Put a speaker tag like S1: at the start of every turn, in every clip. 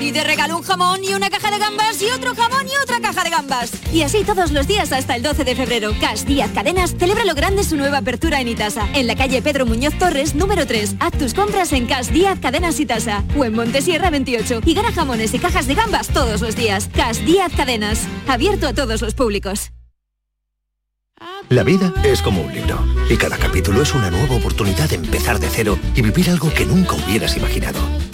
S1: Y te regalo un jamón y una caja de gambas y otro jamón y otra caja de gambas. Y así todos los días hasta el 12 de febrero. Cas Díaz Cadenas celebra lo grande su nueva apertura en Itasa. En la calle Pedro Muñoz Torres, número 3. Haz tus compras en Cas Díaz Cadenas Itasa. O en Montesierra 28. Y gana jamones y cajas de gambas todos los días. Cas Díaz Cadenas. Abierto a todos los públicos.
S2: La vida es como un libro y cada capítulo es una nueva oportunidad de empezar de cero y vivir algo que nunca hubieras imaginado.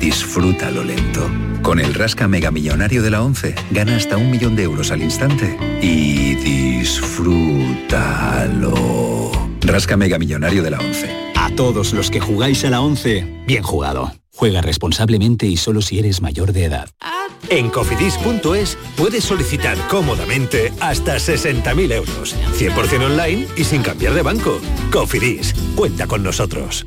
S3: disfrútalo lento. Con el rasca mega millonario de la 11, gana hasta un millón de euros al instante. Y disfrútalo. Rasca mega millonario de la 11.
S4: A todos los que jugáis a la 11, bien jugado. Juega responsablemente y solo si eres mayor de edad.
S5: En cofidis.es puedes solicitar cómodamente hasta 60.000 euros, 100% online y sin cambiar de banco. Cofidis, cuenta con nosotros.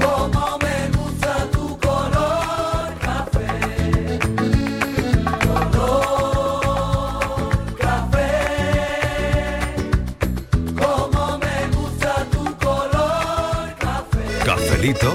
S6: Como me gusta tu color café, color café. Como me gusta tu color café.
S7: Cafelito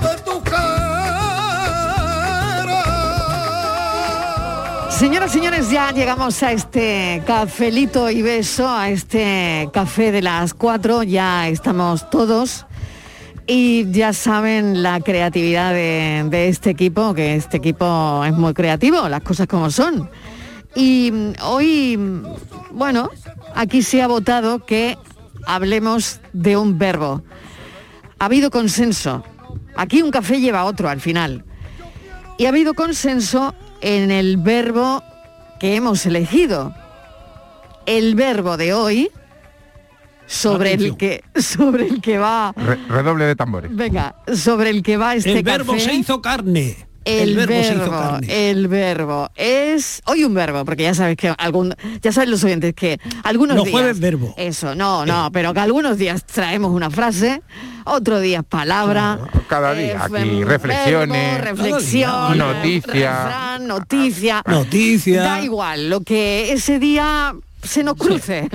S8: de tu
S9: Señoras, señores, ya llegamos a este cafelito y beso, a este café de las cuatro, ya estamos todos y ya saben la creatividad de, de este equipo, que este equipo es muy creativo, las cosas como son. Y mm, hoy, mm, bueno, aquí se ha votado que hablemos de un verbo. Ha habido consenso. Aquí un café lleva a otro al final. Y ha habido consenso en el verbo que hemos elegido. El verbo de hoy sobre el
S10: Atención.
S9: que sobre el que va
S10: Re- redoble de tambores.
S9: venga, sobre el que va este
S10: el verbo
S9: café.
S10: se hizo carne.
S9: El, verbo,
S10: se hizo carne.
S9: el verbo es hoy un verbo, porque ya sabes que algún, ya saben los oyentes que algunos
S10: Los
S9: días
S10: jueves verbo. Eh.
S9: Eso, no, no, pero que algunos días traemos una frase, otro día palabra,
S10: Cada día aquí reflexiones,
S9: verbo, reflexión,
S10: noticias.
S9: refrán, noticia,
S10: Noticia.
S9: da igual, lo que ese día se nos cruce.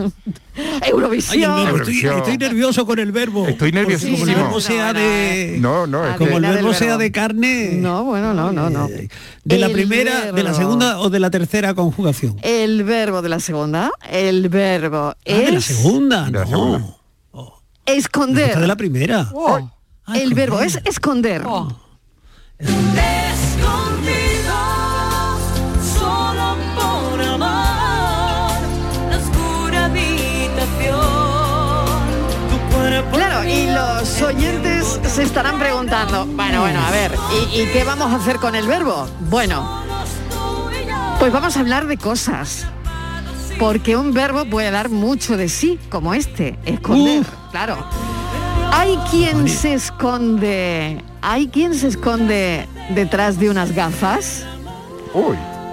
S10: Ay, el
S9: Eurovisión.
S10: verbo, estoy, estoy nervioso con el verbo. Estoy
S9: nerviosísimo.
S10: Como el verbo sea de
S9: No, no, es
S10: como el
S9: que-
S10: verbo
S9: eh. del
S10: sea
S9: verbo.
S10: de carne. Eh,
S9: No, bueno, no, no, no.
S10: De la
S9: El
S10: primera, de la
S9: verbo.
S10: segunda o de la tercera conjugación.
S9: El verbo de la segunda, el verbo es
S10: Ah, de la segunda, no.
S9: esconder.
S10: Esta de la primera.
S9: Oh, el verbo es esconder.
S6: Escondidas, solo por amar, la oscura habitación.
S9: Claro, y los oyentes Se estarán preguntando, bueno, bueno, a ver, ¿y, y qué vamos a hacer con el verbo? Bueno, pues vamos a hablar de cosas. Porque un verbo puede dar mucho de sí, como este, esconder, claro. Hay quien se esconde, hay quien se esconde detrás de unas gafas.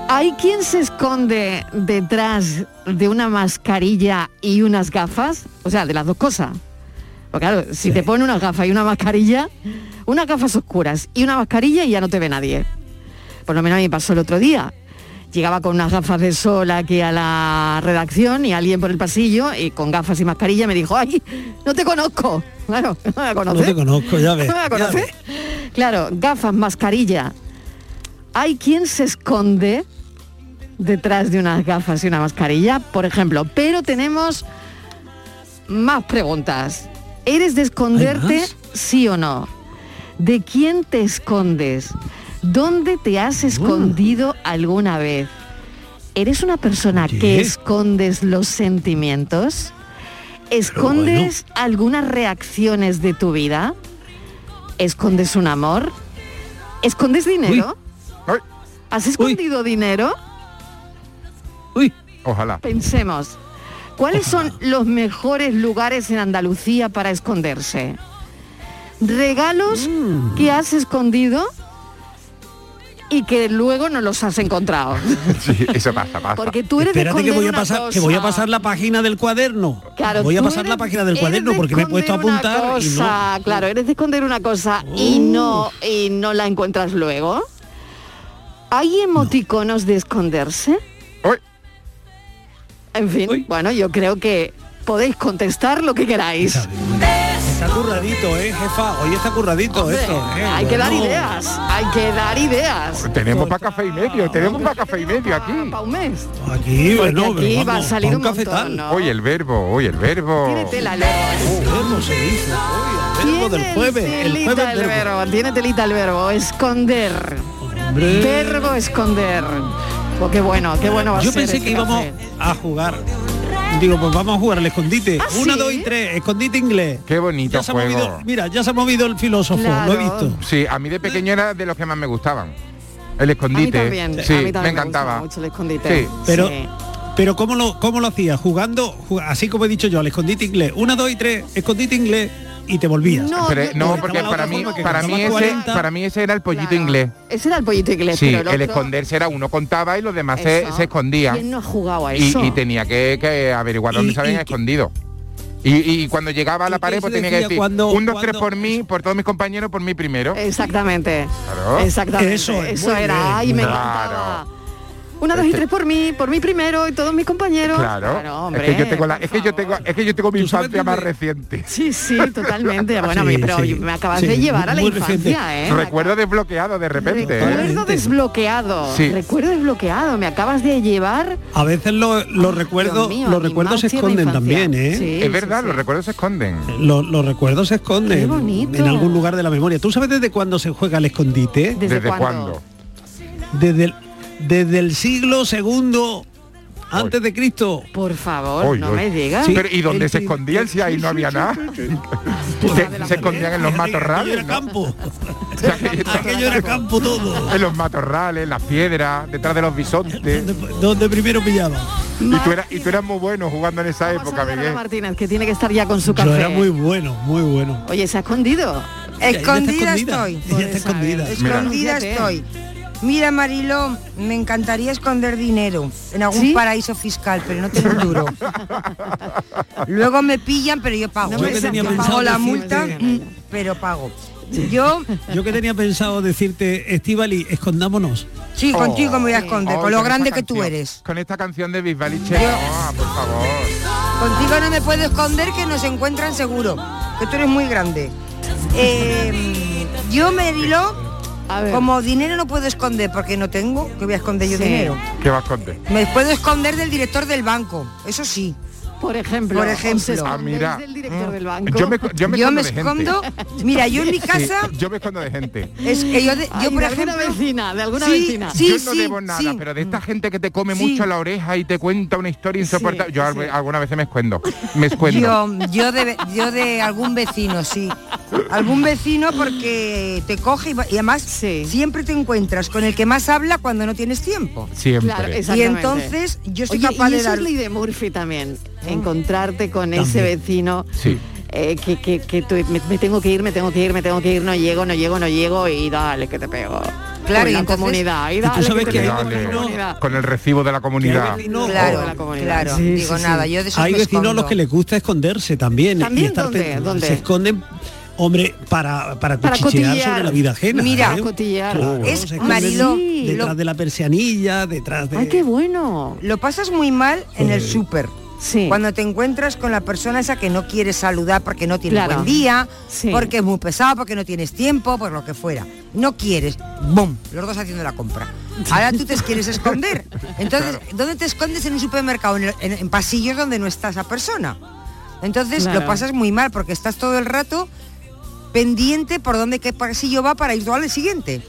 S9: Hay quien se esconde detrás de una mascarilla y unas gafas, o sea, de las dos cosas. Porque Pues claro, si te ponen unas gafas y una mascarilla, unas gafas oscuras y una mascarilla y ya no te ve nadie. Por lo menos a mí me pasó el otro día. Llegaba con unas gafas de sol aquí a la redacción y alguien por el pasillo y con gafas y mascarilla me dijo, ay, no te conozco. Claro, no me
S10: No te
S9: conoces.
S10: conozco, ya ves.
S9: ¿No la conoces? Claro, gafas, mascarilla. Hay quien se esconde detrás de unas gafas y una mascarilla, por ejemplo, pero tenemos más preguntas. ¿Eres de esconderte, sí o no? ¿De quién te escondes? ¿Dónde te has escondido alguna vez? ¿Eres una persona que escondes los sentimientos? ¿Escondes algunas reacciones de tu vida? ¿Escondes un amor? ¿Escondes dinero? ¿Has escondido dinero?
S10: Uy.
S11: Ojalá.
S9: Pensemos. ¿Cuáles son los mejores lugares en Andalucía para esconderse? Regalos
S12: Mm.
S9: que has escondido y que luego no los has encontrado.
S11: Sí, eso pasa, pasa.
S9: Porque tú eres de
S10: Espérate que
S9: esconder
S10: voy a
S9: una
S10: pasar, que voy a
S9: cosa.
S10: pasar la página del cuaderno.
S9: Claro,
S10: voy a
S9: tú
S10: pasar
S9: eres-
S10: la página del
S9: eres
S10: cuaderno
S9: de
S10: porque me he puesto a
S9: esconder una
S10: apuntar y no. Oh.
S9: cosa, Claro, eres de esconder una cosa y no y no la encuentras luego. ¿Hay emoticonos de esconderse? En fin, bueno, yo creo que podéis contestar lo que queráis.
S10: Está curradito, eh, jefa. Hoy está curradito
S9: Hombre,
S10: esto. eh.
S9: hay que dar
S10: No.
S9: ideas, hay que dar ideas.
S11: Tenemos para café y medio, tenemos para café y medio aquí.
S9: Para un mes.
S10: Aquí,
S9: Porque bueno, aquí vamos, va a salir pa' un un montón,
S11: cafetal.
S9: cafetal. ¿no?
S11: Hoy el verbo, hoy el verbo.
S9: Tiene tela el verbo.
S10: verbo del
S9: Tiene
S10: jueves, el
S9: telita
S10: jueves
S9: el
S10: verbo.
S9: verbo, Tiene telita el verbo. Esconder. Verbo esconder. Oh, qué bueno, qué bueno va a
S10: Yo
S9: ser
S10: pensé
S9: este
S10: que íbamos
S9: café.
S10: a jugar. Digo, pues vamos a jugar al escondite.
S9: ¿Ah,
S10: Una,
S9: sí?
S10: dos y tres. Escondite inglés.
S11: Qué bonito
S10: Ya se ha
S11: juego.
S10: movido- mira, ya se ha movido el filósofo, lo he visto.
S11: Sí, a mí de pequeño era de los que más me gustaban. El
S9: A mí
S11: escondite.
S9: también,
S11: sí,
S9: a mí también
S11: me encantaba.
S9: gustaba mucho el escondite.
S11: Sí.
S10: Pero,
S9: Sí.
S10: pero ¿cómo lo, cómo lo hacías? Jugando, ju- así como he dicho yo, al escondite inglés. Una, dos y tres, escondite inglés y te volvías.
S9: No,
S11: Pero, no, porque para mí, para mí ese, para mí ese era el pollito inglés.
S9: Ese era el pollito inglés,
S11: Sí,
S9: pero
S11: el,
S9: el, otro,
S11: esconderse era uno contaba y los demás se,
S9: Eso.
S11: se escondían.
S9: ¿Quién no ha jugado a
S11: Y,
S9: eso?
S11: y tenía que, que averiguar dónde se habían escondido. Y, y cuando llegaba a la pared,
S9: se
S11: pues tenía que
S9: decía
S11: decir,
S9: cuando-
S11: un, dos,
S9: cuando-
S11: tres por mí, por todos mis compañeros, por mí primero.
S9: Exactamente.
S11: Claro.
S9: Exactamente.
S11: Eso
S9: Eso,
S11: es, muy
S9: era.
S11: bien,
S9: Ay, me
S11: muy bien.
S9: encantaba. Una, dos y tres por mí, por mí primero y todos mis compañeros.
S11: Este- Claro.
S9: hombre.
S11: es que yo tengo la, es que yo tengo, es que yo tengo mi infancia más reciente.
S9: Sí, sí, totalmente. Bueno, a mí,
S11: Sí,
S9: pero
S11: sí.
S9: me acabas
S11: Sí,
S9: de llevar a la
S11: muy reciente.
S9: infancia, ¿eh?
S11: Recuerdo desbloqueado de repente. ¿eh?
S9: Recuerdo desbloqueado.
S11: Sí.
S9: Recuerdo desbloqueado. Me acabas de llevar
S10: A veces lo- los recuerdos,
S9: mío,
S10: los
S9: mi
S10: recuerdos se
S9: máxima
S10: esconden
S9: infancia.
S10: también, ¿eh?
S9: Sí, Es
S11: verdad, los recuerdos se esconden.
S10: Los, recuerdos se esconden
S9: Qué bonito.
S10: en algún lugar de la memoria. ¿Tú sabes desde cuándo se juega al escondite?
S9: ¿Desde ¿Desde cuándo?
S10: Desde el, desde el siglo segundo antes de Cristo.
S9: Por favor, no me digas.
S10: Sí.
S11: Pero, ¿Y dónde
S10: El
S11: se
S10: prim-
S11: escondían si ahí no había nada? se, se escondían en los matorrales. ¿no?
S10: campo. Aquello era campo todo.
S11: En los matorrales, en las piedras, detrás de los bisontes.
S10: Donde primero pillaba.
S11: Y tú, eras, y tú eras muy bueno jugando en esa época,
S9: Ana
S11: Miguel.
S9: Martínez, que tiene que estar ya con su
S10: Yo
S9: café.
S10: era muy bueno, muy bueno.
S9: Oye, se ha escondido.
S13: Escondida estoy.
S10: Ella está escondida.
S13: Escondida
S9: Fíjate.
S13: estoy. Mira, Marilo, me encantaría esconder dinero en algún paraíso fiscal, pero no tengo un duro. Luego me pillan, pero yo pago.
S10: No me Yo que tenía
S13: Yo
S10: pensado
S13: pago la
S10: decirte-
S13: multa, mm, pero pago. Yo,
S10: Yo que tenía pensado decirte, Estivali, escondámonos.
S13: sí, contigo me voy a esconder,
S11: Oh,
S13: con lo
S11: esta
S13: grande que tú
S11: canción-
S13: eres.
S11: Con esta canción de Bisbal y Chenoa, por favor.
S13: Contigo no me puedo esconder que nos encuentran seguro, que tú eres muy grande. Eh, yo, Merilo, como dinero no puedo esconder porque no tengo, que voy a esconder yo dinero.
S11: ¿Qué vas a esconder?
S13: Me puedo esconder del director del banco, eso sí.
S9: Por ejemplo,
S13: Por ejemplo.
S9: os escondéis
S11: Ah, mira.
S9: del director del banco.
S11: Yo me, co- yo me
S13: Yo me
S11: escondo de
S13: escondo-
S11: gente.
S13: mira, yo en mi
S11: Sí,
S13: casa-
S11: yo me escondo de gente.
S13: Es que yo, de- yo,
S9: Ay,
S13: por
S9: de
S13: ejemplo...
S9: alguna vecina, de alguna
S13: Sí,
S9: vecina. Mm.
S13: sí,
S11: yo no
S13: sí,
S11: debo nada,
S13: sí.
S11: pero de esta gente que te come
S13: Sí.
S11: mucho la oreja y te cuenta una historia insoportable, yo al- alguna vez me escuendo. Me escuendo.
S13: Yo, yo, de, yo de algún vecino, sí. Algún vecino porque te coge y, va- y además siempre te encuentras con el que más habla cuando no tienes tiempo.
S11: Siempre.
S9: Claro,
S13: y
S9: exactamente.
S13: entonces yo soy
S9: Oye,
S13: capaz
S9: y
S13: de
S9: eso
S13: dar...
S9: es ley de Murphy también, encontrarte con ese vecino
S11: Sí.
S9: eh, que, que- que tú- me, me tengo que ir, me tengo que ir, me tengo que ir, no llego, no llego, no llego y dale que te pego.
S13: Claro,
S9: Con
S13: y
S9: la
S13: entonces-
S9: comunidad, y
S13: Y tú
S9: dale
S10: sabes
S9: que
S10: que
S9: te
S10: hay
S9: pego con la
S11: Dale,
S9: comunidad.
S11: con el recibo de la comunidad.
S13: Claro, claro,
S10: Sí,
S13: digo
S10: sí, sí.
S13: nada, yo de eso
S10: Hay
S13: me
S10: vecinos a
S13: escondo.
S10: los que les gusta esconderse también.
S13: ¿También?
S10: estar
S13: ¿Dónde?
S10: pen-
S13: ¿Dónde?
S10: Se esconden, hombre, para, para,
S13: Para
S10: cuchichear
S13: cotillear.
S10: sobre la vida ajena.
S13: Mira,
S10: ¿eh?
S13: cotillear.
S10: Claro,
S13: Es
S10: se esconden
S13: marido,
S10: Detrás
S13: lo-
S10: de la persianilla, detrás de...
S13: qué bueno. Lo pasas muy mal en el súper. Cuando te encuentras con la persona esa que no quieres saludar porque no tiene
S9: Claro.
S13: buen día, porque es muy pesado, porque no tienes tiempo, por lo que fuera. No quieres. ¡Bum! Los dos haciendo la compra. Ahora tú te quieres esconder. Entonces, ¿dónde te escondes en un supermercado? En, el- en- en pasillos donde no está esa persona. Entonces
S9: Claro.
S13: lo pasas muy mal porque estás todo el rato pendiente por dónde qué pasillo va para ir al siguiente.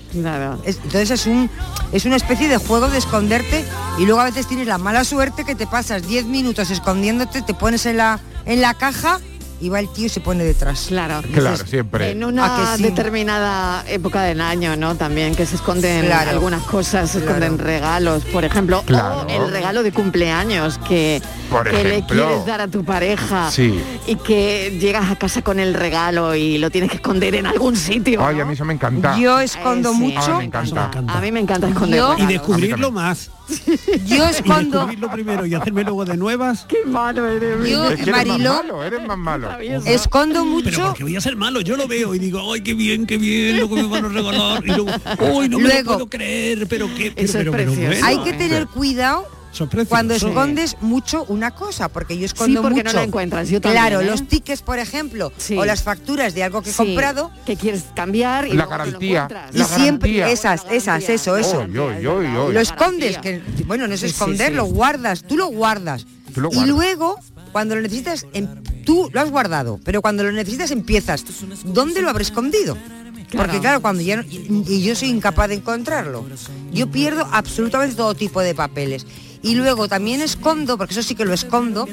S13: Es- entonces es un es una especie de juego de esconderte y luego a veces tienes la mala suerte que te pasas 10 minutos escondiéndote, te pones en la en la caja y va el tío y se pone detrás.
S9: Claro.
S11: Claro, siempre.
S9: En una
S13: ¿A que sí?
S9: Ah, determinada época del año, ¿no? También que se esconden
S13: Claro.
S9: algunas cosas, se esconden regalos, por ejemplo,
S11: Claro.
S9: o el regalo de cumpleaños que,
S11: Por
S9: que le
S11: ejemplo.
S9: quieres dar a tu pareja
S11: Sí.
S9: y que llegas a casa con el regalo y lo tienes que esconder en algún sitio.
S11: Ay,
S9: ¿no?
S11: a mí eso me encanta.
S9: Yo escondo
S11: Ah,
S9: mucho.
S11: me encanta.
S9: A mí me encanta esconder.
S10: y
S9: regalos.
S10: descubrirlo más.
S13: Yo
S10: Y
S13: escondo
S10: descubrirlo primero y hacerme luego de nuevas.
S9: Qué malo eres.
S13: Yo,
S10: Es que eres más
S13: Mariló,
S10: malo,
S11: eres más malo.
S13: escondo
S10: Pero
S13: mucho
S10: porque voy a ser malo, yo lo veo y digo, ay, qué bien, qué bien, lo que me van a regalar. Y luego, ay, no me lo
S13: Luego-
S10: puedo creer, pero qué... Pero, pero, pero bueno.
S13: Hay que tener cuidado
S10: Son preciosos.
S13: cuando
S10: Sí.
S13: escondes mucho una cosa, porque yo escondo
S9: porque no
S13: mucho.
S9: la encuentras, yo también,
S13: claro,
S9: ¿eh?
S13: los tickets, por ejemplo, o las facturas de algo que he
S9: Sí,
S13: comprado.
S9: Que quieres cambiar y
S11: La
S9: luego te lo
S11: garantía,
S9: encuentras.
S13: Y siempre esas, esas, eso, eso.
S11: Oy, oy, oy, oy.
S13: Lo escondes, que bueno, no es
S11: Sí, sí,
S13: esconder,
S11: sí.
S13: lo guardas, tú lo guardas.
S11: Tú lo
S13: y
S11: guardas.
S13: luego, cuando lo necesitas, em- tú lo has guardado, pero cuando lo necesitas empiezas. ¿Dónde lo habré escondido? Porque claro, cuando ya no- y, y yo soy incapaz de encontrarlo. Yo pierdo absolutamente todo tipo de papeles. Y luego también escondo, porque eso sí que lo escondo,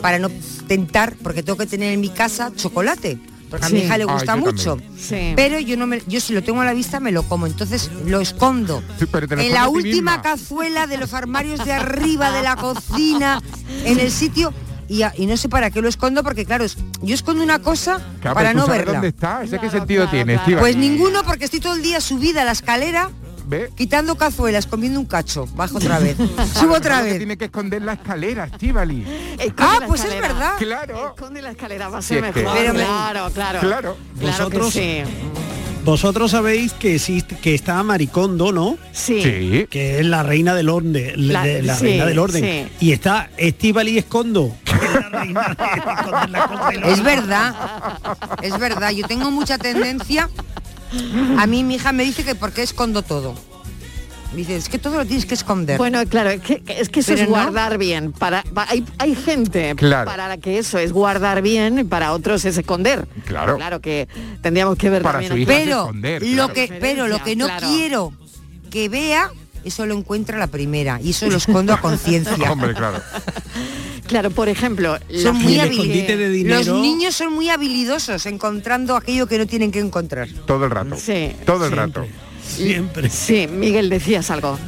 S13: para no tentar, porque tengo que tener en mi casa chocolate. Porque a mi
S9: Sí.
S13: hija le
S9: Ay,
S11: Ah,
S13: gusta
S9: yo
S13: mucho.
S9: también. Sí.
S13: Pero yo no me, yo si lo tengo a la vista me lo como, entonces lo escondo.
S11: Sí, pero te lo
S13: en la
S11: escondes a ti
S13: última
S11: misma.
S13: cazuela de los armarios de arriba de la cocina, en el sitio y, a- y no sé para qué lo escondo porque claro, es- yo escondo una cosa
S11: Claro,
S13: para
S11: pero tú
S13: no
S11: sabes
S13: verla.
S11: ¿Dónde está? ¿Ese qué sentido tiene, Estíbaliz?
S13: Pues ninguno porque estoy todo el día subida a la escalera
S11: ¿Ve?
S13: quitando cazuelas, comiendo un cacho, bajo otra vez, Pues, subo otra
S11: Claro que
S13: vez.
S11: Tiene que esconder la escalera, Estivali.
S13: Ah, pues es verdad.
S11: Claro.
S9: Esconde la escalera, va a
S11: Si
S9: ser
S11: es que-
S9: mejor.
S11: Pero me-
S9: Claro,
S11: Claro.
S9: claro. Claro que
S10: Vosotros-
S9: sí.
S10: Vosotros sabéis que existe, que está Maricondo, ¿no?
S9: Sí.
S11: Sí.
S10: Que es la reina del orden, la,
S9: La-
S10: de- la
S9: sí,
S10: reina del orden.
S9: sí.
S10: Y está Estivali Escondo.
S13: Es verdad, es verdad. Yo tengo mucha tendencia. A mí mi hija me dice que por qué escondo todo. Me dice, es que todo lo tienes que esconder.
S9: Bueno, claro, es que, es que eso
S13: Pero
S9: es
S13: no.
S9: guardar bien. Para, pa- hay, hay gente
S13: Claro.
S9: para la que eso es guardar bien y para otros es esconder.
S11: Claro.
S9: Claro que tendríamos que ver
S11: Para
S9: también
S11: su
S9: aquí.
S11: hija es Pero esconder,
S13: lo que, pero lo que no
S9: Claro.
S13: quiero que vea, eso lo encuentra la primera. Y eso lo escondo a conciencia.
S11: Hombre, claro.
S9: Claro, por ejemplo, la
S13: Son muy
S9: gente
S13: habili-
S9: que-
S13: Los niños son muy habilidosos encontrando aquello que no tienen que encontrar.
S11: Todo el rato.
S9: Sí.
S11: Todo el rato.
S10: Siempre.
S9: Sí, Miguel, decías algo.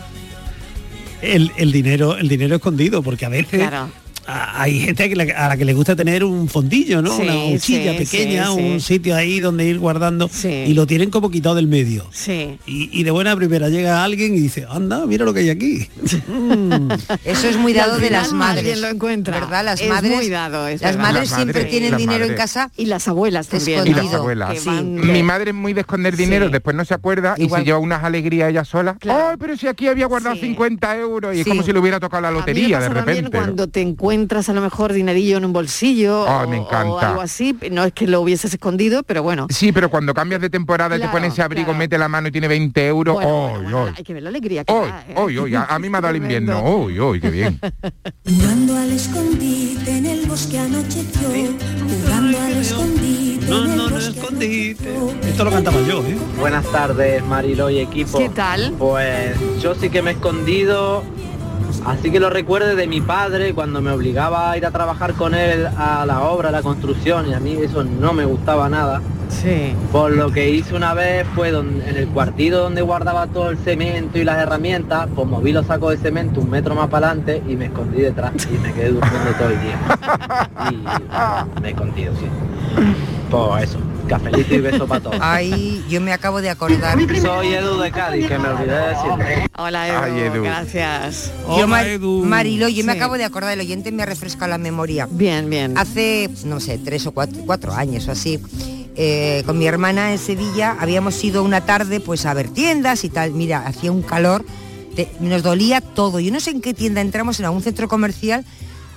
S10: El, el dinero, el dinero escondido, porque a veces
S9: Claro.
S10: a- hay gente a la, que- a la que le gusta tener un fondillo, ¿no?
S9: Sí,
S10: Una mochila
S9: sí,
S10: pequeña,
S9: sí, sí.
S10: un sitio ahí donde ir guardando y lo tienen como quitado del medio.
S9: Sí.
S10: Y, y de buena primera llega alguien y dice, anda, mira lo que hay aquí. Mm.
S13: Eso es muy
S9: Y al
S13: dado de
S9: final
S13: las madres.
S9: alguien lo encuentra.
S13: ¿Verdad? Las
S9: Es
S13: madres.
S9: muy dado, es
S13: las
S9: verdad.
S13: madres
S11: Las
S13: siempre
S11: madres,
S13: tienen
S11: las
S13: dinero en
S11: madres.
S13: casa.
S9: Y las abuelas también.
S11: Y
S9: ¿no?
S11: las abuelas.
S9: Que van de-
S11: Mi madre es muy de esconder dinero, después no se acuerda y
S9: Igual.
S11: se lleva unas alegrías ella sola. ¡Ay, pero si aquí había guardado 50 euros! Y es como si le hubiera tocado la
S9: A mí me
S11: lotería de
S9: pasa también
S11: repente.
S9: cuando te encuentras encuentras a lo mejor dinerillo en un bolsillo
S11: Ah,
S9: o,
S11: me encanta.
S9: o algo así. No es que lo hubieses escondido, pero bueno.
S11: Sí, pero cuando cambias de temporada te
S9: Claro,
S11: pones ese abrigo, mete la mano y tiene 20 euros.
S9: Bueno,
S11: ¡Oy, oy!
S9: Hay que ver la alegría que
S11: Hoy,
S9: da, ¿eh?
S11: hoy, hoy, a, a mí me ha dado el invierno. Hoy, hoy, qué bien.
S14: Jugando al escondite en el bosque anocheció. Jugando al escondite.
S10: No, no, no, escondite. Esto lo cantaba yo, ¿eh?
S15: Buenas tardes, Marilo y equipo.
S10: ¿Qué tal?
S15: Pues yo sí que me he escondido, así que lo recuerde de mi padre cuando me obligaba a ir a trabajar con él a la obra, a la construcción, y a mí eso no me gustaba nada.
S9: Sí.
S15: Por lo que hice una vez fue don- en el cuartito donde guardaba todo el cemento y las herramientas, pues moví los sacos de cemento un metro más para adelante y me escondí detrás y me quedé durmiendo todo el día. Y me he escondido, sí. Pues eso, cafelito y beso para todos.
S13: Ay, yo me acabo de acordar.
S15: Soy Edu de Cádiz, que me olvidé de decirte.
S9: Hola
S15: Edu, Ay, Edu.
S9: gracias.
S13: Yo, Mar- Marilo, yo me
S9: Sí.
S13: acabo de acordar, el oyente me refresca la memoria.
S9: Bien, bien.
S13: Hace, no sé, tres o cuatro, cuatro años o así, eh, con mi hermana en Sevilla habíamos ido una tarde pues a ver tiendas y tal. Mira, hacía un calor, te- nos dolía todo. Yo no sé en qué tienda entramos, en algún centro comercial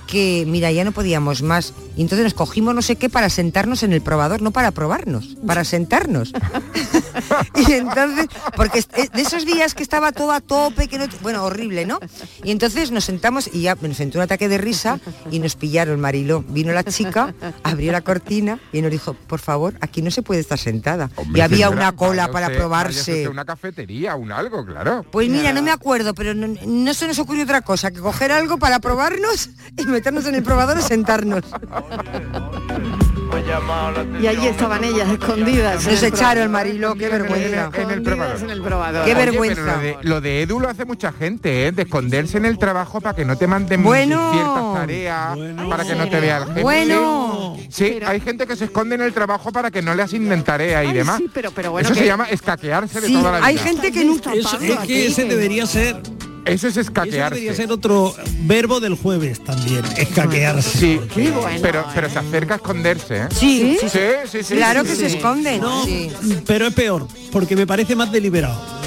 S13: que, mira, ya no podíamos más. Y entonces nos cogimos no sé qué para sentarnos en el probador, no para probarnos, para sentarnos. y entonces, porque es- es de esos días que estaba todo a tope, que no, bueno, horrible, ¿no? Y entonces nos sentamos y ya nos entró un ataque de risa y nos pillaron, Mariló. Vino la chica, abrió la cortina y nos dijo, por favor, aquí no se puede estar sentada. y había
S11: Señora,
S13: una cola
S11: váyase-
S13: para
S11: váyase usted
S13: probarse.
S11: a Una cafetería, un algo, claro.
S13: Pues mira, no me acuerdo, pero no, no se nos ocurrió otra cosa que coger algo para probarnos y meternos en el probador y sentarnos.
S9: Y allí estaban ellas escondidas. en
S13: Nos
S9: el
S13: echaron,
S9: probador.
S13: Mariló, qué vergüenza.
S9: Escondidas en el probador.
S13: Qué
S11: Oye,
S13: vergüenza.
S11: pero Lo de, lo de Edu lo hace mucha gente, ¿eh? De esconderse en el trabajo para que no te manden ciertas tareas, para que no te vea el jefe.
S9: Bueno.
S11: Sí, hay gente que se esconde en el trabajo para que no le asignen tareas y
S9: Ay,
S11: demás.
S9: sí, pero- pero bueno,
S11: Eso
S9: que-
S11: se llama escaquearse de
S9: Sí,
S11: toda la vida.
S9: hay gente que nunca-
S10: Eso, es que ese debería ser...
S11: Eso es
S10: Eso debería
S11: escaquearse.
S10: ser otro verbo del jueves también, escaquearse.
S11: Sí, pero,
S9: eh.
S11: pero se acerca a esconderse, ¿eh? sí, sí. sí, Claro sí, que sí. se esconden,
S10: No,
S11: sí.
S10: pero es peor, porque me parece más deliberado.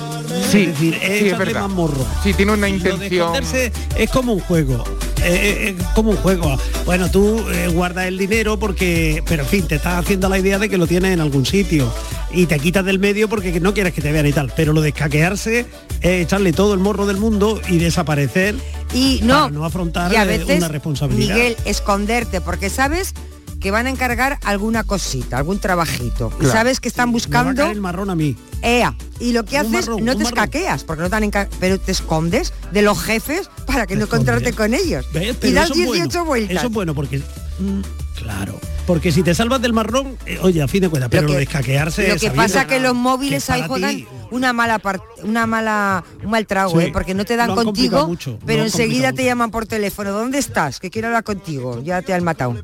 S11: Sí,
S10: es decir,
S11: sí, es
S10: es
S11: verdad.
S10: más morro.
S11: Sí, tiene una intención.
S10: es como un juego. eh, eh, es como un juego. Bueno, tú eh, guardas el dinero porque, pero en fin, te estás haciendo la idea de que lo tienes en algún sitio y te quitas del medio porque no quieres que te vean y tal. Pero lo de escaquearse es echarle todo el morro del mundo y desaparecer
S13: y no,
S10: para no afrontar
S13: y a
S10: eh,
S13: veces,
S10: una responsabilidad.
S13: Miguel, esconderte, porque sabes que van a encargar alguna cosita, algún trabajito. Y
S10: Claro.
S13: sabes que están buscando.
S10: el marrón a mí.
S13: Ea. Y lo que
S10: Un
S13: haces,
S10: marrón,
S13: no
S10: un
S13: te
S10: marrón.
S13: escaqueas, porque no te han encar- pero te escondes de los jefes para que no encontrarte con ellos.
S10: ¿Ves?
S13: Y
S10: Pero
S13: das
S10: eso es
S13: 18
S10: bueno.
S13: vueltas.
S10: Eso es bueno porque mm, claro, porque si te salvas del marrón, eh, oye, a fin de cuentas, pero lo de escaquearse
S13: Lo que
S10: sabiendo-
S13: pasa que los móviles
S10: que es
S13: ahí
S10: para
S13: juegan
S10: ti.
S13: una mala par- una mala un mal trago,
S10: Sí.
S13: ¿eh? porque no te dan
S10: Lo han
S13: contigo,
S10: complicado mucho, lo
S13: pero
S10: han
S13: enseguida
S10: complicado
S13: te llaman por teléfono. ¿Dónde estás? Que quiero hablar contigo. Ya te han matado.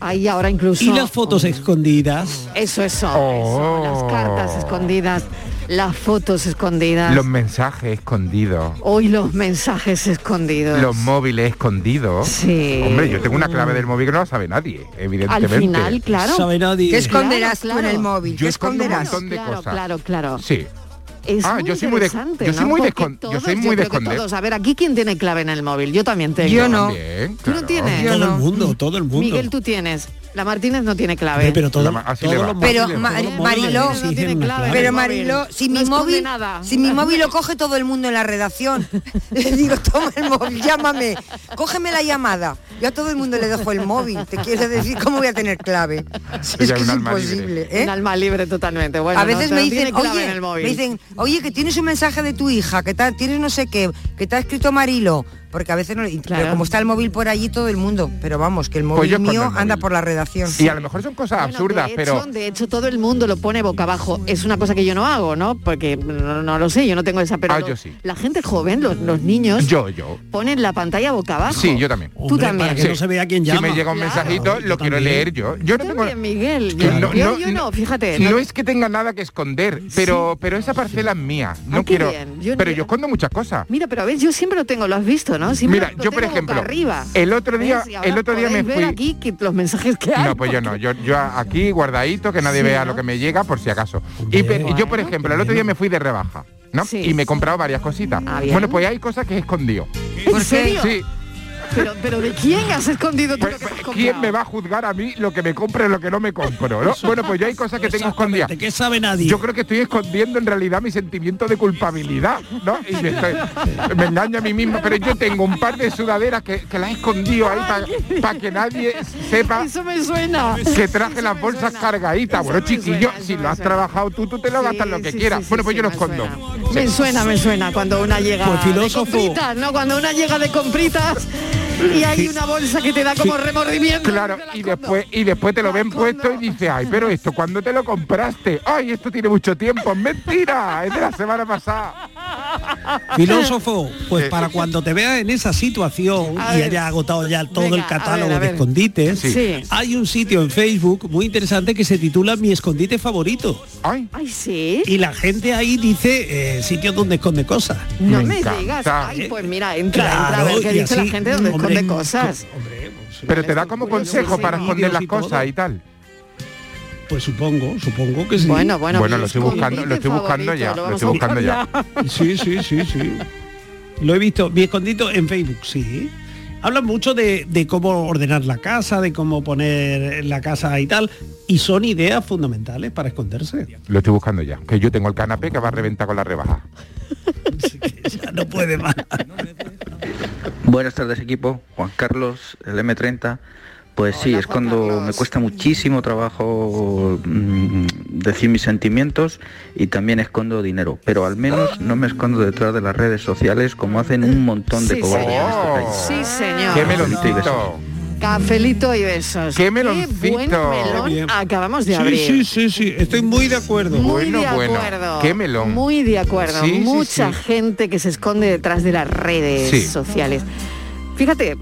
S9: Ahí ahora incluso.
S10: y las fotos escondidas.
S9: Eso, eso, eso,
S11: Oh.
S9: Las cartas escondidas, las fotos escondidas.
S11: Los mensajes escondidos.
S9: Hoy los mensajes escondidos.
S11: Los móviles escondidos.
S9: Sí.
S11: Hombre, yo tengo una clave del móvil que no la sabe nadie,
S9: Al
S11: evidentemente.
S9: final, claro.
S13: ¿Qué esconderás tú en el móvil?
S11: Yo
S13: ¿Qué
S11: escondo un
S13: esconderás?
S11: montón de
S9: Claro,
S11: cosas.
S9: claro, claro.
S11: Sí.
S9: Es
S11: Ah,
S9: muy
S11: yo soy muy de-
S9: interesante,
S11: yo soy
S9: ¿no?
S11: muy de
S9: Porque
S11: escon- yo
S9: todos,
S11: soy muy de
S9: creo que
S11: esconder.
S9: todos. A ver, aquí quién tiene clave en el móvil. Yo también tengo.
S11: Bien,
S9: Tú no
S11: claro.
S9: tienes.
S10: Todo el mundo, todo el mundo.
S9: Miguel, tú tienes. La Martínez no tiene clave.
S10: Pero todo, todos los
S13: Pero
S10: móviles,
S13: Ma-
S10: todos los móviles
S13: Mariló,
S10: exigen una clave.
S13: pero Mariló, si mi móvil, si mi móvil lo coge todo el mundo en la redacción, le digo, toma el móvil, llámame, cógeme la llamada. Yo a todo el mundo le dejo el móvil. Te quiero decir cómo voy a tener clave. Si es
S9: Ya,
S13: que
S9: un
S13: es
S9: alma libre.
S13: imposible. ¿eh?
S9: Un alma libre totalmente. Bueno,
S13: a
S9: no,
S13: veces
S9: pero
S13: me
S9: tiene
S13: dicen,
S9: clave
S13: oye,
S9: en el móvil.
S13: me dicen, oye, que tienes un mensaje de tu hija, que ta- tienes no sé qué, que te ha escrito Marilo, porque a veces no, y- pero como está el móvil por allí todo el mundo, pero vamos, que el móvil
S11: Pues yo escondo
S13: mío
S11: el móvil.
S13: anda por la redacción.
S11: Y a lo mejor son cosas
S9: Bueno,
S11: absurdas,
S9: de
S11: pero
S9: hecho, de hecho, todo el mundo lo pone boca abajo. Es una cosa que yo no hago, ¿no? Porque no, no lo sé, yo no tengo esa pero
S11: Ah,
S9: lo-
S11: yo sí.
S9: La gente joven, los, los niños,
S11: yo, yo.
S9: ponen la pantalla boca abajo.
S11: Sí, yo también.
S9: Tú también.
S10: para que no se vea quién
S11: Si
S10: llama.
S11: me llega un
S10: Claro,
S11: mensajito,
S10: yo
S11: lo quiero
S10: también.
S11: leer yo. Yo no tengo...
S9: Miguel,
S11: Que
S9: yo,
S11: no,
S9: yo-
S11: no,
S9: yo no, fíjate.
S11: No
S9: no-
S11: es que tenga nada que esconder, pero pero esa parcela es mía. No
S9: Ah, qué
S11: quiero.
S9: bien. Yo-
S11: pero yo escondo muchas cosas.
S9: Mira, pero a ver, yo siempre lo tengo, lo has visto, ¿no? Siempre
S11: Mira,
S9: lo
S11: yo, por
S9: tengo boca
S11: ejemplo,
S9: arriba.
S11: el otro día-
S9: ¿Ves? Y ahora
S11: el otro día me
S9: podéis ver
S11: fui-
S9: aquí que los mensajes que hay.
S11: No, pues yo no, yo, yo aquí guardadito, que nadie
S9: Sí,
S11: vea
S9: ¿no?
S11: lo que me llega por si acaso. Y pe- yo, por ejemplo, el otro día me fui de rebaja, ¿no? Y me he comprado varias cositas.
S9: Ah, bien.
S11: Bueno, pues hay cosas que he escondido.
S9: ¿En serio?
S11: Sí. Pues,
S9: Pero, pero ¿de quién has escondido tú lo que te has
S11: ¿Quién
S9: comprado?
S11: me va a juzgar a mí lo que me compro y lo que no me compro? ¿no?
S9: Eso-
S11: Bueno, pues yo hay cosas que tengo escondidas.
S10: ¿Qué sabe nadie?
S11: Yo creo que estoy escondiendo en realidad mi sentimiento de culpabilidad, ¿no? Y me, estoy- me engaño a mí mismo, pero yo tengo un par de sudaderas que, que las he escondido ahí para que nadie sepa
S9: Eso me suena.
S11: que traje las bolsas cargaditas. Bueno, chiquillo, si lo has trabajado tú, tú te lo gastas lo que quieras. bueno, pues yo lo escondo.
S9: Me suena, me suena cuando una llega
S11: Pues filósofo.
S9: de compritas, ¿no? Cuando una llega de compritas y hay
S11: Sí.
S9: una bolsa que te da como remordimiento.
S11: Claro, y después, y después te lo ven puesto y dices, ay, pero esto, ¿cuándo te lo compraste? Ay, esto tiene mucho tiempo. Mentira, es de la semana pasada.
S10: Filósofo, pues
S11: Sí.
S10: para cuando te veas en esa situación
S11: A
S10: y
S11: ver.
S10: haya agotado ya todo
S11: Venga,
S10: el
S11: a
S10: catálogo
S11: ver, a
S10: de
S11: ver.
S10: escondites,
S11: Sí. Sí.
S10: hay un sitio en Facebook muy interesante que se titula Mi escondite favorito.
S11: Ay,
S9: sí.
S10: Y la gente ahí dice eh, sitios donde esconde cosas.
S9: No me, digas. Ay, pues mira, entra, entra a
S10: Claro,
S9: ver qué
S10: y
S9: dice la
S10: así,
S9: gente donde
S10: hombre, mm,
S9: esconde cosas.
S11: Pero te da como consejo para esconder las cosas y tal.
S10: Pues supongo, supongo que sí.
S9: Bueno, bueno,
S11: Bueno, lo estoy buscando, lo estoy buscando ya, lo estoy buscando ya.
S10: Sí, sí, sí, sí. Lo he visto, mi escondito en Facebook, sí. Hablan mucho de, de cómo ordenar la casa, de cómo poner la casa y tal, y son ideas fundamentales para esconderse.
S11: Lo estoy buscando ya. Que yo tengo el canapé que va a reventar con la rebaja.
S10: No puede más.
S16: Buenas tardes equipo, Juan Carlos, el M30. Pues sí, es cuando me cuesta muchísimo trabajo mm, decir mis sentimientos y también escondo dinero, pero al menos no me escondo detrás de las redes sociales como hacen un montón de
S9: Sí,
S16: cobardes en este
S9: señor.
S16: país.
S9: Sí, señor.
S16: Qué meloncito.
S9: Cafelito y besos.
S16: Qué
S9: Qué buen
S16: meloncito.
S9: melón
S16: Qué bien.
S9: acabamos de
S10: Sí,
S9: abrir.
S10: sí, sí, sí, estoy muy de acuerdo.
S9: Muy de acuerdo. Muy de acuerdo.
S10: Sí, sí,
S9: Mucha
S10: sí.
S9: gente que se esconde detrás de las redes
S11: Sí.
S9: sociales. Fíjate,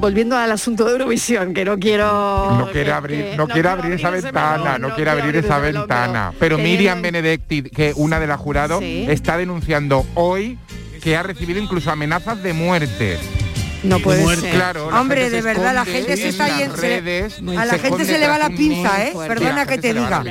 S9: volviendo al asunto de Eurovisión, que no quiero...
S11: No quiere abrir, no quiere abrir esa ventana, no quiere abrir esa ventana. Pero
S9: Que
S11: Miriam Benedetti, que una de las jurados,
S9: Sí.
S11: está denunciando hoy que ha recibido incluso amenazas de muerte.
S9: No puede
S11: Muerte.
S9: ser.
S11: Claro, la
S13: Hombre,
S11: gente
S13: de
S11: se
S13: verdad, la
S11: esconde
S13: gente se
S11: en
S13: está
S11: las
S13: yendo. se le-
S11: redes,
S13: A la gente se le va la pinza, ¿eh? Perdona que te diga.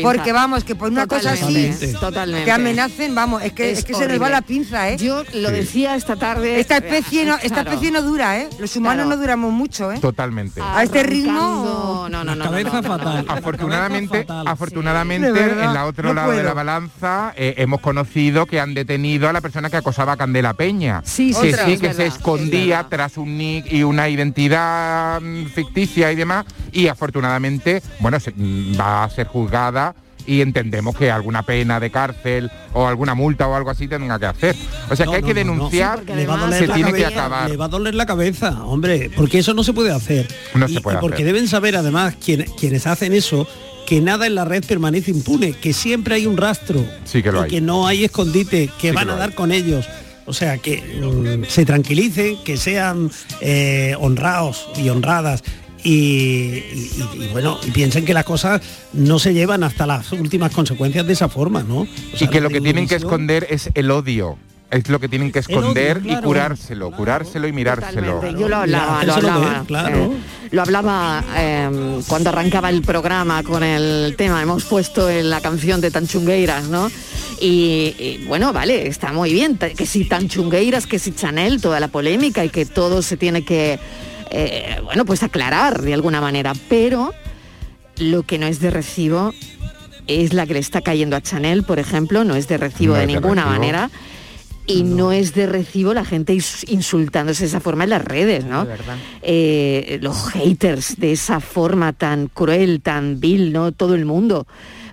S13: Porque vamos, que por una cosa así,
S9: Totalmente, totalmente.
S13: que amenacen, vamos, es que, es
S9: Es
S13: que se nos va
S9: horrible.
S13: la pinza, ¿eh?
S9: Yo lo Sí. decía esta tarde.
S13: Esta especie no, esta
S9: Claro.
S13: especie no dura, ¿eh? Los humanos
S9: Claro.
S13: no duramos mucho, ¿eh?
S11: Totalmente.
S13: A este ritmo.
S9: No, no, no, no. no, no.
S11: Afortunadamente,
S13: Sí.
S11: afortunadamente,
S13: De verdad,
S11: en la otro
S13: no
S11: lado de
S13: puedo.
S11: la balanza eh, hemos conocido que han detenido a la persona que acosaba a Candela Peña.
S9: Sí, sí,
S11: que
S9: otra.
S11: sí,
S9: Es
S11: que
S9: verdad,
S11: se
S9: es
S11: escondía tras un nick y una identidad mm, ficticia y demás. Y afortunadamente, bueno, se- mm, va a ser juzgada y entendemos que alguna pena de cárcel o alguna multa o algo así tenga que hacer. O sea que hay que denunciar,
S10: Le va a doler
S11: se
S10: la
S11: tiene que
S10: cabeza,
S11: acabar.
S10: Le va a doler la cabeza, hombre, porque eso no se puede hacer.
S11: No
S10: Y-
S11: se puede
S10: y porque
S11: hacer.
S10: deben saber además quien- quienes hacen eso que nada en la red permanece impune, que siempre hay un rastro,
S11: Sí que lo
S10: y
S11: hay.
S10: que no hay escondite, que
S11: que
S10: van
S11: lo
S10: a
S11: hay.
S10: dar con ellos. O sea, que mm, se tranquilicen, que sean eh, honrados y honradas. Y, y- y- y bueno, y piensen que las cosas no se llevan hasta las últimas consecuencias de esa forma, ¿no? O
S11: y
S10: sea,
S11: que lo que
S10: de
S11: tienen que
S10: Eurovisión-
S11: esconder es el odio. Es lo que tienen que
S10: odio,
S11: esconder y
S10: claro.
S11: curárselo, curárselo y mirárselo.
S9: Yo lo hablaba, lo
S11: Hacérselo ver,
S9: hablaba.
S11: claro.
S9: eh, lo hablaba eh, cuando arrancaba el programa con el tema. Hemos puesto en la canción de Tanchungueiras, ¿no? Y, y, bueno, vale, está muy bien. ta- Que si Tanchungueiras, que si Chanel, toda la polémica y que todo se tiene que, eh, bueno, pues aclarar de alguna manera. Pero lo que no es de recibo es la que le está cayendo a Chanel, por ejemplo, no es de recibo
S17: No
S9: de
S17: es de
S9: ninguna
S17: recibo.
S9: manera. Y no. es de recibo la gente ins- insultándose de esa forma en las redes, ¿no? Eh, los haters de esa forma tan cruel, tan vil, ¿no? Todo el mundo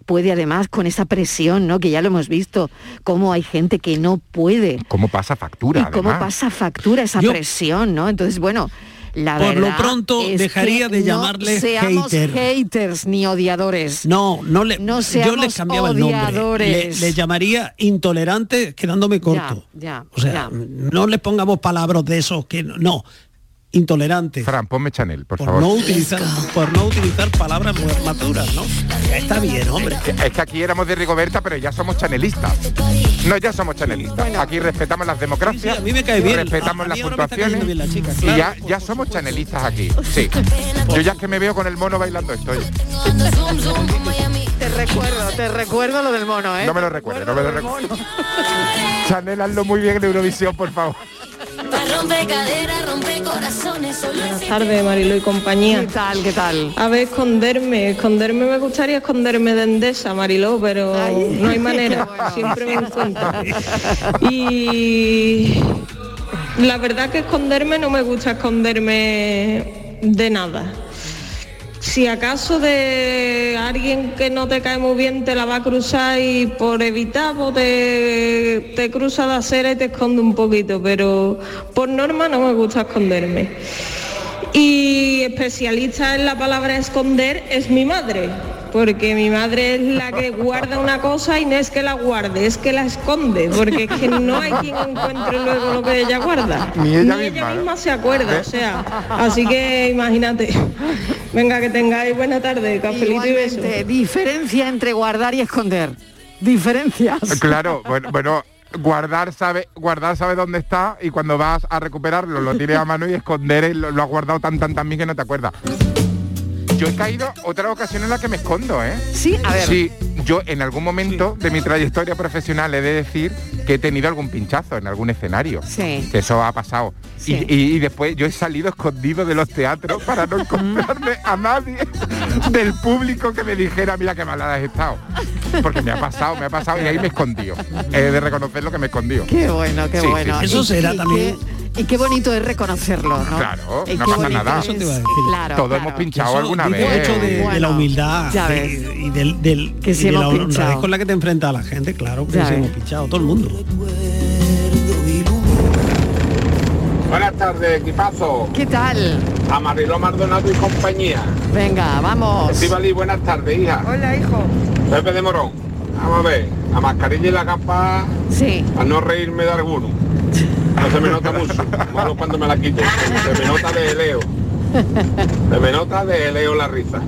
S9: puede además con esa presión, ¿no? Que ya lo hemos visto, cómo hay gente que no puede.
S11: ¿Cómo pasa factura?
S9: y cómo
S11: además?
S9: pasa factura esa
S11: Yo-
S9: presión, ¿no? Entonces, bueno, la
S10: Por lo
S9: verdad
S10: pronto,
S9: es
S10: dejaría
S9: que
S10: de
S9: no
S10: llamarles
S9: seamos
S10: hater.
S9: haters ni odiadores.
S10: No, no le
S9: no
S10: yo
S9: seamos
S10: les cambiaba el nombre. Le,
S9: odiadores.
S10: les llamaría intolerante quedándome corto.
S9: Ya,
S10: o sea,
S9: ya.
S10: no les pongamos palabras de esos que no, no. intolerante.
S11: Fran, ponme Chanel, por,
S10: Por
S11: favor.
S10: no utilizar por no utilizar palabras muy maduras, ¿no? Ya Está bien, hombre.
S11: Es que- Es que aquí éramos de Rigoberta, pero ya somos chanelistas. No, ya somos chanelistas. Aquí respetamos las democracias.
S10: Sí, sí, a mí me cae bien.
S11: Respetamos
S10: A- a
S11: las
S10: mí ahora me está cayendo
S11: puntuaciones.
S10: bien la chica,
S11: y
S10: claro,
S11: ya, ya somos chanelistas aquí. Sí. Yo ya es que me veo con el mono bailando estoy.
S9: Te recuerdo, te recuerdo lo del mono, ¿eh?
S11: No me lo recuerdo, no me lo recuerdo. Chanel, hazlo muy bien en Eurovisión, por favor.
S18: Rompe cadera, rompe corazones, solo el
S19: Buenas tardes, Marilo y compañía.
S9: ¿Qué tal, qué tal?
S19: A ver, esconderme, esconderme me gustaría esconderme de Endesa, Mariló, pero no hay manera, siempre me encuentro. Y la verdad que esconderme no me gusta esconderme de nada. Si acaso de alguien que no te cae muy bien te la va a cruzar y por evitar pues, te, te cruza de acera y te esconde un poquito, pero por norma no me gusta esconderme. Y especialista en la palabra esconder es mi madre, porque mi madre es la que guarda una cosa y no es que la guarde, es que la esconde, porque es que no hay quien encuentre luego lo que ella guarda.
S11: Ni ella misma,
S19: misma,
S11: ¿no?
S19: se acuerda, o sea, así que imagínate. Venga, que tengáis buena tarde, cafelito y besos.
S9: Igualmente, diferencia entre guardar y esconder. Diferencias.
S11: Claro, bueno, bueno, guardar sabe, guardar sabe dónde está y cuando vas a recuperarlo lo tienes a mano y esconder eh, lo, lo has guardado tan tan tan bien que no te acuerdas. Yo he caído otra ocasión en la que me escondo, ¿eh?
S9: Sí, a ver.
S11: Sí, yo en algún momento de mi trayectoria profesional he de decir que he tenido algún pinchazo en algún escenario.
S9: Sí.
S11: Que eso ha pasado.
S9: Sí.
S11: Y, y- y después yo he salido escondido de los teatros para no encontrarme a nadie del público que me dijera, mira qué malada has estado. Porque me ha pasado, me ha pasado y ahí me escondió. He de reconocer lo que me escondió.
S9: Qué bueno, qué
S11: Sí, sí,
S9: bueno.
S11: sí.
S9: Y- y qué- y qué bonito es reconocerlo, ¿no?
S11: Claro,
S9: Y
S11: no
S9: qué
S11: pasa
S9: bonito
S11: nada.
S9: es-
S11: Eso te iba a
S10: decir.
S9: Claro,
S11: Todos
S9: claro.
S11: hemos pinchado
S10: Eso
S11: alguna
S10: digo
S11: vez.
S10: hecho de, de la humildad
S9: ya
S10: de-
S9: ves.
S10: y del, del-
S9: Que sí
S10: y de
S9: hemos
S10: la honradez
S9: pinchado.
S10: con la que te enfrenta a la gente, claro, que
S9: Ya
S10: sí
S9: ves.
S10: hemos pinchado, todo el mundo.
S6: Buenas tardes, equipazo.
S9: ¿Qué tal?
S6: A Mariló Maldonado y compañía.
S9: Venga, Ah, vamos.
S6: Estivali, buenas tardes, hija.
S13: Hola, hijo.
S6: Pepe de Morón. Vamos a ver, la mascarilla y la capa,
S9: Sí.
S6: a no reírme de alguno. No se me nota mucho, malo cuando me la quito. Se me nota de eleo. Se me nota de eleo la risa.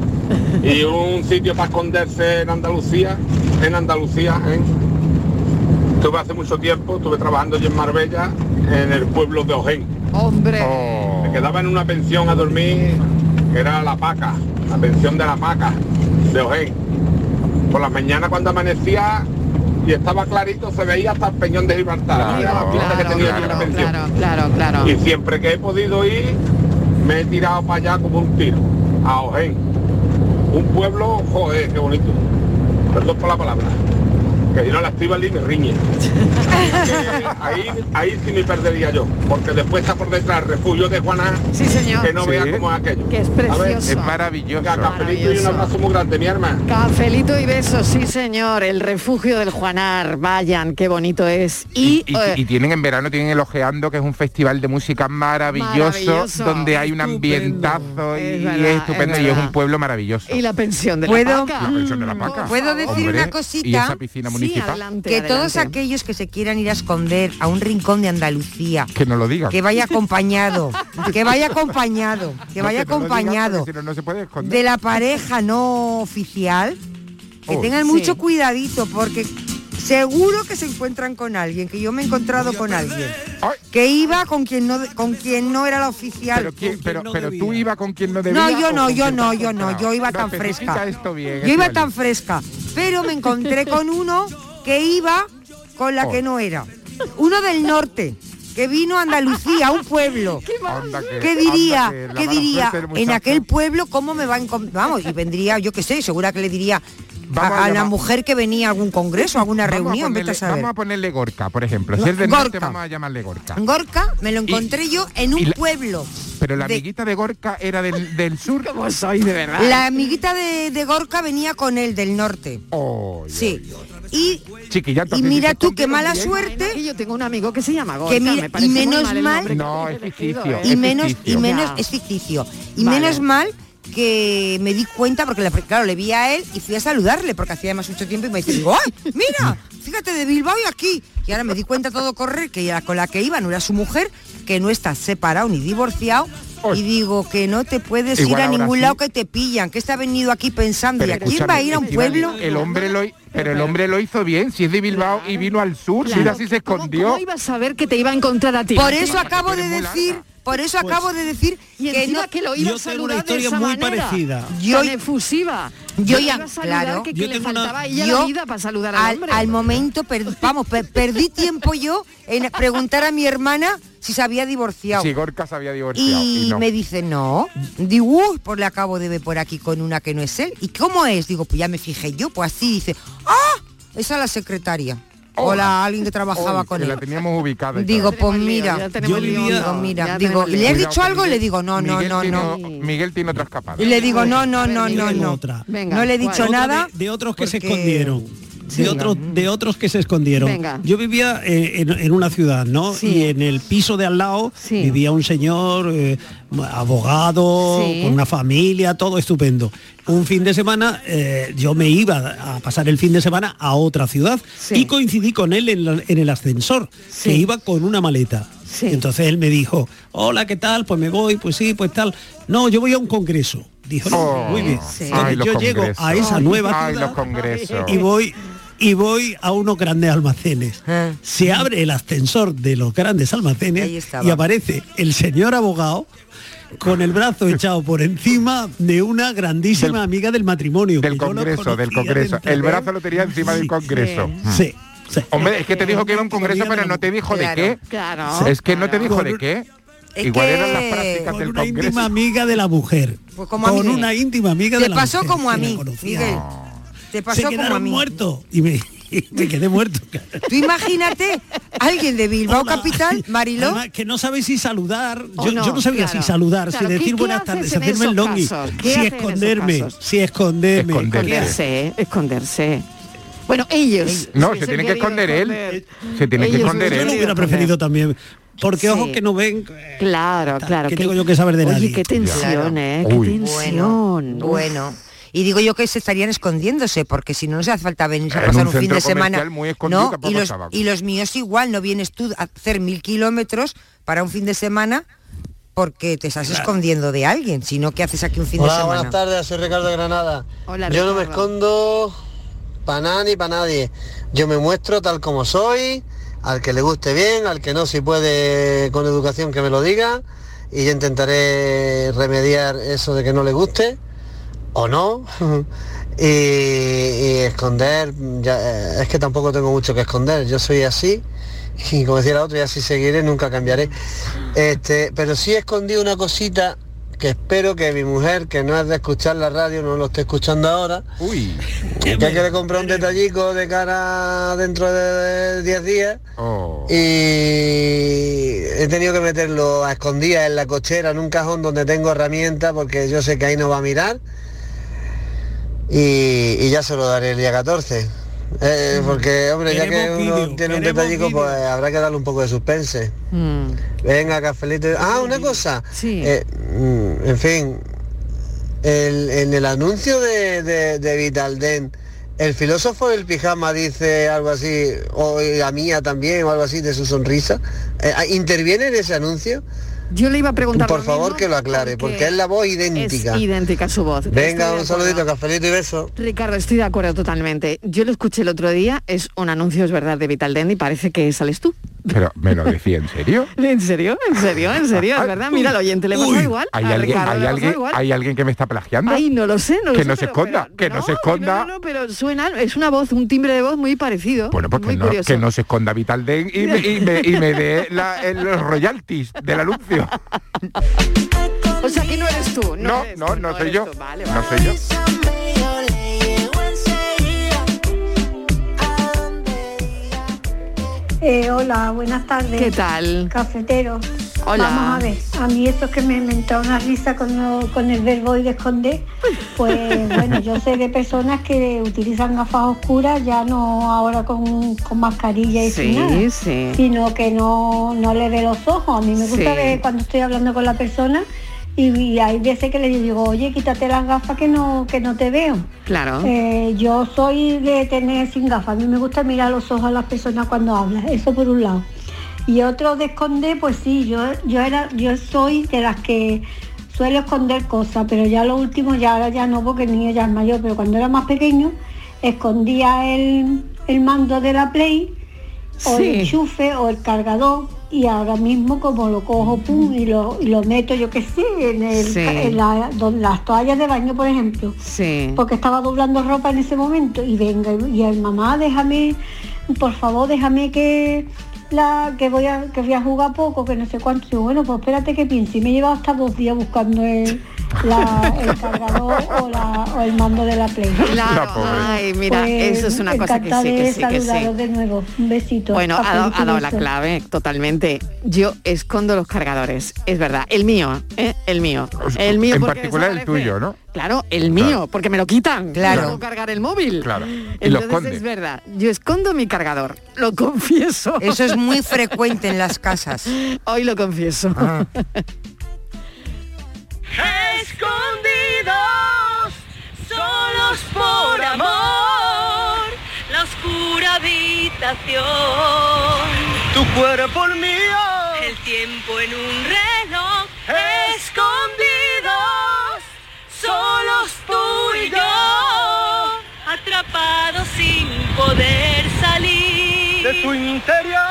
S6: Y un sitio para esconderse en Andalucía, en Andalucía, ¿eh? Estuve hace mucho tiempo, estuve trabajando yo en Marbella, en el pueblo de Ojén.
S9: Hombre.
S6: Me quedaba en una pensión a dormir, que era la paca, la pensión de la paca, de Ojén. Por la mañana cuando amanecía y estaba clarito, se veía hasta el peñón de Gibraltar. Era la fiesta que tenía yo en la pensión.
S9: Claro, claro.
S6: Y siempre que he podido ir, me he tirado para allá como un tiro, a Ojén. Un pueblo, joder, qué bonito. Perdón por la palabra. Que si no la estoy y me riñe. Que ahí, ahí sí me perdería yo, porque después está por detrás el refugio de Juana, que no vea
S11: Sí.
S6: cómo es aquello.
S9: Que es
S6: A ver,
S9: precioso.
S6: es
S11: maravilloso.
S6: Cafelito y un abrazo muy grande, mi hermano.
S9: Cafelito y besos, sí señor, el refugio del Juanar, vayan, qué bonito es. Y,
S11: Y,
S9: eh,
S11: y tienen en verano, tienen el Ojeando, que es un festival de música maravilloso,
S9: Maravilloso.
S11: donde hay un ambientazo y es,
S9: verdad, es
S11: estupendo y es
S9: verdad.
S11: un pueblo maravilloso.
S9: y la pensión de
S13: ¿Puedo?
S9: la
S11: La
S9: vaca.
S11: pensión de la paca.
S13: Mm. ¿Puedo decir
S11: Hombre,
S13: una cosita?
S11: Y esa piscina
S13: Sí,
S11: municipal.
S13: que todos aquellos que se quieran ir a esconder a un rincón de Andalucía,
S11: Que no lo digan.
S13: que vaya acompañado, que vaya acompañado, que vaya
S11: No, no lo digan,
S13: acompañado
S11: porque si no, no se puede esconder.
S13: de la pareja no oficial, que
S11: Uy.
S13: tengan
S11: Sí.
S13: mucho cuidadito porque seguro que se encuentran con alguien, que yo me he encontrado con alguien, que iba con quien no con quien no era la oficial.
S11: Pero, quién- pero, pero tú ibas con quien no debía.
S13: No, yo
S11: o
S13: no,
S11: con
S13: yo
S11: quien te
S13: no,
S11: has
S13: yo no,
S11: encontrado.
S13: yo iba
S11: No,
S13: tan
S11: especifica
S13: festival.
S11: esto bien, ¿eh?
S13: Yo iba
S11: Estivali.
S13: tan fresca, pero me encontré con uno que iba con la
S11: Oh.
S13: que no era. Uno del norte, que vino a Andalucía, a un pueblo.
S11: Anda que-
S13: ¿Qué
S11: anda
S13: diría?
S11: que la
S13: ¿Qué
S11: mala
S13: diría?
S11: suerte del
S13: En
S11: muchacho.
S13: aquel pueblo, ¿cómo me va a encon- Vamos, y vendría, yo qué sé, segura que le diría a,
S11: Vamos a
S13: a la
S11: llamar-
S13: mujer que venía a algún congreso, a alguna
S11: Vamos a
S13: reunión, vete
S11: ponerle-
S13: a saber.
S11: Vamos a ponerle Gorka, por ejemplo. Si es del norte,
S13: Gorka.
S11: vamos a llamarle Gorka.
S13: Gorka me lo
S11: Y-
S13: encontré yo en
S11: y
S13: un
S11: la-
S13: pueblo.
S11: Pero la
S13: de-
S11: amiguita de Gorka era del, del sur. ¿Cómo soy, de verdad?
S13: La amiguita de, de Gorka venía con él del norte. sí. Y
S11: Chiquilla,
S13: Y
S11: también
S13: mira
S11: dices,
S13: tú qué
S11: "Contigo
S13: mala
S11: bien".
S13: suerte.
S9: yo tengo un amigo que se llama Gorka,
S13: Que mira-
S9: me parece
S13: y
S9: muy
S13: menos
S9: mal el
S13: mal,
S9: nombre que
S11: No,
S9: tiene
S11: es
S9: elegido,
S11: ficticio,
S9: ¿eh?
S13: y menos y
S11: ficticio.
S13: menos
S9: Ya.
S13: es ficticio y
S9: Vale.
S13: menos mal que me di cuenta porque la- claro le vi a él y fui a saludarle porque hacía además mucho tiempo y me dice ¡ay mira fíjate de Bilbao y aquí y ahora me di cuenta todo correr que la- con la que iba no era su mujer que no está separado ni divorciado y digo que no te puedes
S11: Igual
S13: ir a
S11: ahora
S13: ningún
S11: sí.
S13: lado que te pillan que está venido aquí pensando
S11: Pero
S13: y a quién
S11: escúchame,
S13: va a ir a un
S11: Estivali,
S13: pueblo
S11: El hombre lo, hi- pero el hombre lo hizo bien, si es de Bilbao y vino al sur, si
S9: Claro,
S11: así se escondió.
S9: ¿Cómo ibas a saber que te iba a encontrar a ti?
S13: por eso acabo de decir por eso
S9: Pues-
S13: acabo de decir
S9: Y
S13: que
S9: encima
S13: no
S9: que lo iba
S10: Yo
S9: a
S10: tengo una
S9: saludar de
S10: historia
S9: esa
S10: muy
S9: manera.
S10: parecida.
S13: Yo-
S9: Yo efusiva.
S13: Yo
S9: Le
S13: ya-
S9: iba a saludar,
S13: claro.
S9: que, que
S13: Yo
S9: le
S13: tengo una-
S9: faltaba a ella
S13: Yo-
S9: la vida para saludar al,
S13: al,
S9: hombre.
S13: al momento, per- vamos, per- perdí tiempo yo en preguntar a mi hermana si se había divorciado.
S11: Si Gorka se había divorciado.
S13: Y,
S11: no.
S13: me dice, no. Digo, "Uh, pues le acabo de ver por aquí con una que no es él. ¿Y cómo es? Digo, pues ya me fijé yo, pues así dice, ¡ah! Esa es la secretaria. o la alguien que trabajaba
S11: Uy,
S13: con
S11: que
S13: él.
S11: la teníamos ubicada. y
S13: Digo,
S11: tal.
S13: pues mira,
S11: tenemos lío,
S13: digo,
S11: no,
S13: mira,
S11: ya
S13: digo,
S11: tenemos lío.
S13: ¿le has dicho
S11: Cuidado,
S13: algo? Le digo, no, no,
S11: Miguel
S13: no,
S11: tiene
S13: no.
S11: o- Miguel tiene otras capas.
S13: Y le digo, no, no, no, no,
S10: Miguel,
S13: no.
S10: otra.
S13: No le he dicho
S10: Otra de-
S13: nada.
S10: De, otros que se
S13: porque-
S10: escondieron.
S13: Sí.
S10: de, otros, de otros que se escondieron.
S13: Venga.
S10: Yo vivía eh, en, en una ciudad, ¿no? Y en el piso de al lado vivía un señor eh, abogado,
S20: Sí.
S10: con una familia, todo estupendo. Un fin de semana eh, yo me iba a pasar el fin de semana a otra ciudad y coincidí con él en, la- en el ascensor, que iba con una maleta. Entonces él me dijo, hola, ¿qué tal? Pues me voy, pues sí, pues tal. No, yo voy a un congreso. Dijo, "No,
S11: Oh,
S10: muy bien.
S11: sí.
S10: Entonces,
S11: Ay, los
S10: yo llego a
S11: congresos.
S10: esa
S11: Ay,
S10: nueva
S11: ay,
S10: ciudad
S11: los congresos.
S10: y voy y voy a unos grandes almacenes.
S11: Eh.
S10: Se abre el ascensor de los grandes almacenes y aparece el señor abogado con el brazo echado por encima de una grandísima amiga del matrimonio. Del
S11: Congreso, del Congreso. El brazo lo tenía encima del Congreso. Mm.
S10: Sí.
S11: Hombre, es que te dijo que era un congreso, pero no te dijo de qué. Es que no te dijo de qué. Igual eran las prácticas del
S10: íntima
S11: congreso.
S10: amiga de la mujer.
S13: como a
S10: con
S13: Miguel.
S10: una íntima amiga
S13: Te
S10: de la
S13: pasó
S10: mujer
S13: como a
S10: que la
S13: mí,
S10: conocía.
S13: Miguel. Te pasó
S10: Se
S13: como a
S10: quedaron
S13: mí.
S10: muerto y me, y me quedé muerto.
S13: Tú imagínate, alguien de Bilbao Capital, Mariló,
S10: Además, que no sabéis si saludar.
S13: O
S10: Yo yo
S13: no,
S10: no, sabía
S13: claro.
S10: si saludar,
S13: Claro,
S10: si
S13: ¿qué- qué
S10: decir buenas
S13: haces
S10: tardes, si
S13: en
S10: hacerme el
S13: esos
S10: longhi,
S13: casos? ¿Qué
S10: si
S13: haces en esos
S10: esconderme,
S13: casos?
S10: si esconderme.
S9: Esconderse, ¿eh? esconderse. Bueno, ellos.
S10: No,
S9: Sí,
S10: se tiene
S9: han
S10: que
S9: querido
S10: esconder él.
S11: Se tiene que
S9: Ellos
S11: esconder
S9: hubiesen
S10: Yo lo
S11: él.
S10: hubiera
S13: ¿eh?
S10: preferido también. Porque ojo
S9: Sí.
S10: que no ven.
S9: Claro, claro.
S10: que tengo yo que saber de
S9: Oye,
S10: nadie.
S9: qué tensión,
S10: Claro.
S9: ¿eh?
S10: Uy.
S9: Qué tensión.
S13: Bueno, bueno. Y digo yo que se estarían escondiéndose, porque si no, no se hace falta venir a pasar
S11: un
S13: un, fin
S11: centro
S13: de semana.
S11: comercial muy escondido
S13: No,
S11: tampoco
S13: y los,
S11: estaba.
S13: y los míos igual, no vienes tú a hacer mil kilómetros para un fin de semana porque te estás escondiendo de alguien, sino que haces aquí un fin de
S21: Hola,
S13: semana.
S21: buenas tardes, soy Ricardo de Granada. Yo no me escondo para nada ni para nadie. Yo me muestro tal como soy, al que le guste bien, al que no, si puede con educación que me lo diga, y yo intentaré remediar eso de que no le guste, o no, y, y esconder, ya, eh, es que tampoco tengo mucho que esconder, yo soy así, y como decía la otra, y así seguiré, nunca cambiaré. Este, pero sí escondí una cosita que espero que mi mujer, que no es de escuchar la radio, no lo esté escuchando ahora.
S11: Uy.
S21: Que hay que le compré un detallico de cara dentro de 10 días.
S9: Oh.
S21: Y he tenido que meterlo a escondidas en la cochera, en un cajón donde tengo herramientas, porque yo sé que ahí no va a mirar. Y, y ya se lo daré el día 14. Eh, porque, hombre, ya que
S1: Mm.
S21: uno
S1: Queremos vídeo,
S21: tiene un
S1: queremos
S21: detallico,
S1: vídeo.
S21: pues habrá que darle un poco de suspense. Venga, cafelito. Ah, una cosa. Eh, mm, en fin, el- en el anuncio de, de, de Vitalden, el filósofo del pijama dice algo así, o la mía también, o algo así, de su sonrisa. Eh, ah, ¿Interviene en ese anuncio?
S9: Yo le iba a preguntar.
S21: Por
S9: lo
S21: favor,
S9: mismo,
S21: que lo aclare, porque, es la voz idéntica.
S9: Es idéntica su voz. Estoy
S21: Venga,
S9: de
S21: un
S9: acuerdo.
S21: saludito, cafelito y beso.
S9: Ricardo, estoy de acuerdo totalmente. Yo lo escuché el otro día, es un anuncio, es verdad, de Vital Dent y parece que sales tú.
S11: Pero me lo decía en serio.
S9: ¿En serio? ¿En serio? ¿En serio? Es verdad, mira al oyente, le pasa igual.
S11: Hay
S9: a
S11: alguien,
S9: Ricardo
S11: hay
S9: le pasa
S11: alguien,
S9: igual.
S11: hay alguien que me está plagiando.
S9: Ay, no lo sé, no lo
S11: que
S9: sé,
S11: no se esconda, que no se esconda.
S9: No, pero suena, es una voz, un timbre de voz muy parecido.
S11: Bueno, pues que
S9: muy
S11: no,
S9: curioso.
S11: que no se esconda Vital Den y me, y me, y me dé la- el- los royalties del anuncio.
S9: O sea, que no eres tú.
S11: No,
S9: eres
S11: no,
S9: tú,
S11: no soy
S9: eres
S11: yo.
S9: tú. Vale,
S11: No soy yo.
S22: Eh, hola, buenas tardes.
S9: ¿Qué tal?
S22: Cafetero.
S9: Hola.
S22: Vamos a ver, a mí eso es que me inventó una risa con, lo- con el verbo ir de esconder. Pues bueno, yo sé de personas que utilizan gafas oscuras, ya no ahora con, con mascarilla y sin
S9: Sí,
S22: nada,
S9: sí.
S22: sino que no, no le ve los ojos. A mí me gusta
S9: Sí.
S22: ver cuando estoy hablando con la persona y, y hay veces que le digo, oye, quítate las gafas que no, que no te veo.
S9: Claro.
S22: Eh, yo soy de tener sin gafas. A mí me gusta mirar los ojos a las personas cuando hablan. Eso por un lado. Y otro de esconder, pues sí, yo, yo era, yo soy de las que suelo esconder cosas, pero ya lo último, ya ahora ya no, porque el niño ya es mayor, pero cuando era más pequeño, escondía el, el mando de la Play, o el
S12: Sí.
S22: enchufe, o el cargador, y ahora mismo como lo cojo, pum, y lo, y lo meto, yo qué sé, en, el,
S12: Sí.
S22: en la- donde las toallas de baño, por ejemplo
S12: Sí.
S22: porque estaba doblando ropa en ese momento y venga y el mamá déjame por favor déjame que la que voy a que voy a jugar poco, que no sé cuánto. Digo, bueno, pues espérate que piense. Y me he llevado hasta dos días buscando el, la- el cargador o, la- o el mando de la Play.
S9: Claro, La pobre. ay, mira, eso es una cosa que sí, que sí, que sí.
S22: saludaros de nuevo. Un besito.
S9: Bueno, ha, dado- ha dado la
S22: Cafelito y besos.
S9: clave totalmente. Yo escondo los cargadores, es verdad. El mío, ¿eh? el mío. El mío
S11: Pues, en
S9: porque
S11: particular el
S9: desaparece.
S11: tuyo, ¿no?
S9: Claro, el mío, porque me lo quitan.
S11: Claro.
S9: No puedo cargar el móvil.
S11: Claro. Y lo
S9: Entonces es
S11: esconde.
S9: verdad, yo escondo mi cargador, lo confieso.
S13: Eso es muy frecuente en las casas. Ah.
S9: Hoy lo confieso.
S6: Escondidos, solos por amor, la oscura habitación. Tu cuerpo el mío, el tiempo en un reloj. Escondidos, solos tú y yo, atrapados sin poder salir. De tu interior,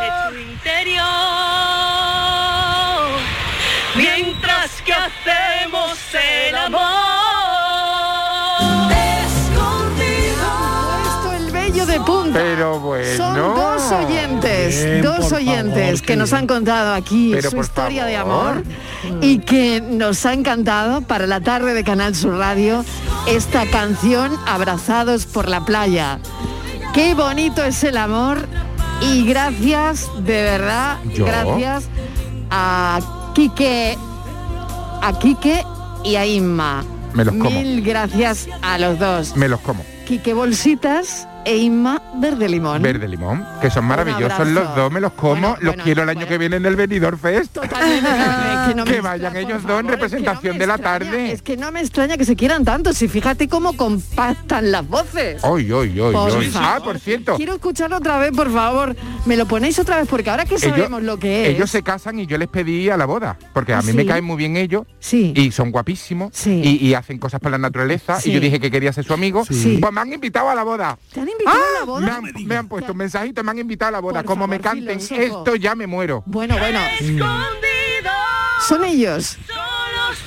S6: de tu interior mientras que hacemos el amor.
S9: Esto el bello de punta.
S11: Pero bueno.
S9: Son dos oyentes,
S11: Bien,
S9: dos
S11: por
S9: oyentes
S11: favor,
S9: que nos han contado aquí
S11: Pero
S9: su
S11: por
S9: historia de amor
S11: favor.
S9: y que nos ha encantado para la tarde de Canal Sur Radio esta canción Abrazados por la playa. Qué bonito es el amor y gracias, de verdad,
S11: ¿Yo?
S9: gracias a Quique, a Quique y a Inma.
S11: Me los como.
S9: Mil gracias a los dos.
S11: Me los como.
S9: Quique Bolsitas e Inma Verde Limón.
S11: Verde limón, que son maravillosos
S9: abrazo. pues
S11: los dos, me los como, los quiero el año que viene en el Benidorm Fest.
S9: que, no me
S11: vayan ellos dos en representación de la tarde.
S9: Es que no me extraña que se quieran tanto, si fíjate cómo compactan las voces.
S11: Hoy, hoy, hoy,
S9: Por
S11: hoy.
S9: favor.
S11: Ah, por cierto.
S9: Quiero escucharlo otra vez, por favor. Me lo ponéis otra vez, porque ahora que sabemos lo que es.
S11: ellos se casan y yo les pedí a la boda, porque a
S9: Ah,
S11: mí me
S9: sí.
S11: caen muy bien ellos y son guapísimos
S9: Sí.
S11: y, y hacen cosas para la naturaleza
S9: Sí.
S11: y yo dije que quería ser su amigo. Pues me han invitado a la boda. Ah,
S9: ¿Te han invitado a la
S11: Me
S9: boda?
S11: han, me han puesto un mensajito, me han invitado a la boda.
S9: Por
S11: Como me
S9: favor,
S11: canten
S9: filósofo.
S11: esto ya me muero.
S9: Bueno, bueno. Son ellos.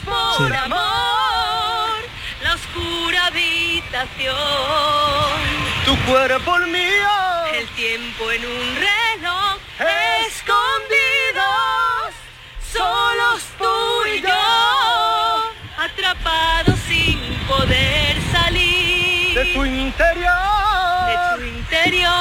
S6: Por amor, la oscura habitación. Tu cuerpo el mío, el tiempo en un reloj. Escondidos, solos tú y yo, atrapados sin poder salir. De tu interior, de tu interior.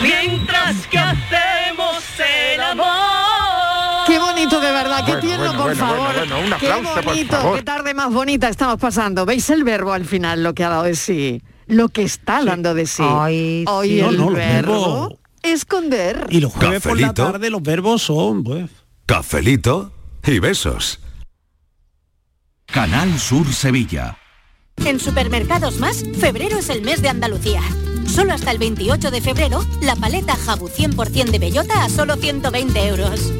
S6: Mientras que hacemos el amor.
S9: Qué bonito de verdad, qué
S6: Bueno,
S9: tierno,
S6: bueno,
S9: por
S6: bueno,
S9: favor.
S6: bueno, bueno, un aplauso,
S9: qué
S6: por
S9: bonito,
S6: favor.
S9: qué tarde más bonita estamos pasando. ¿Veis el verbo al final, lo que ha dado de sí? Lo que está dando de sí. Hoy
S10: sí. No,
S9: el
S10: no, lo
S9: verbo
S10: mismo.
S9: esconder.
S10: Y los jueves por
S23: Cafelito.
S10: la tarde los verbos son, pues.
S23: Cafelito y besos.
S24: Canal Sur Sevilla.
S20: En Supermercados Más, febrero es el mes de Andalucía. Solo hasta el 28 de febrero, la paleta Jabu 100% de bellota a solo 120 euros.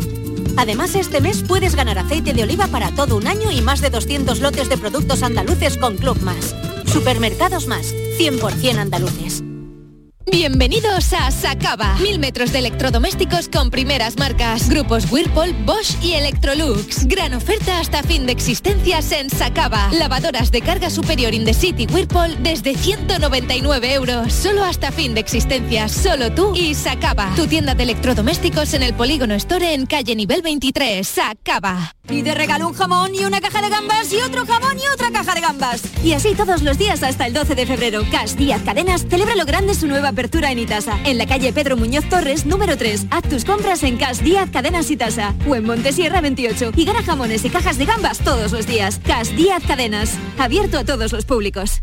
S20: Además, este mes puedes ganar aceite de oliva para todo un año y más de 200 lotes de productos andaluces con Club Más. Supermercados Más, 100% andaluces.
S1: Bienvenidos a Sacaba. Mil metros de electrodomésticos con primeras marcas. Grupos Whirlpool, Bosch y Electrolux. Gran oferta hasta fin de existencias en Sacaba. Lavadoras de carga superior in the city Whirlpool desde 199 euros. Solo hasta fin de existencias. Solo tú y Sacaba. Tu tienda de electrodomésticos en el Polígono Store en calle nivel 23. Sacaba.
S17: Y de regalo un jamón y una caja de gambas y otro jamón y otra caja de gambas. Y así todos los días hasta el 12 de febrero. Cash Díaz Cadenas celebra lo grande su nueva apertura en Itasa. En la calle Pedro Muñoz Torres, número 3. Haz tus compras en Cash Díaz Cadenas Itasa. O en Montesierra 28. Y gana jamones y cajas de gambas todos los días. Cash Díaz Cadenas. Abierto a todos los públicos.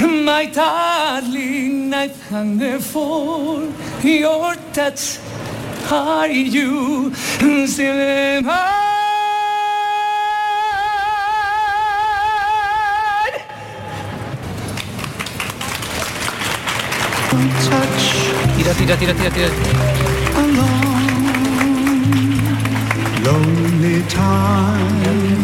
S25: My darling, I've hungered for your touch. Are you still in mine?
S4: Tira, tira, tira, tira, tira.
S25: A long, lonely time.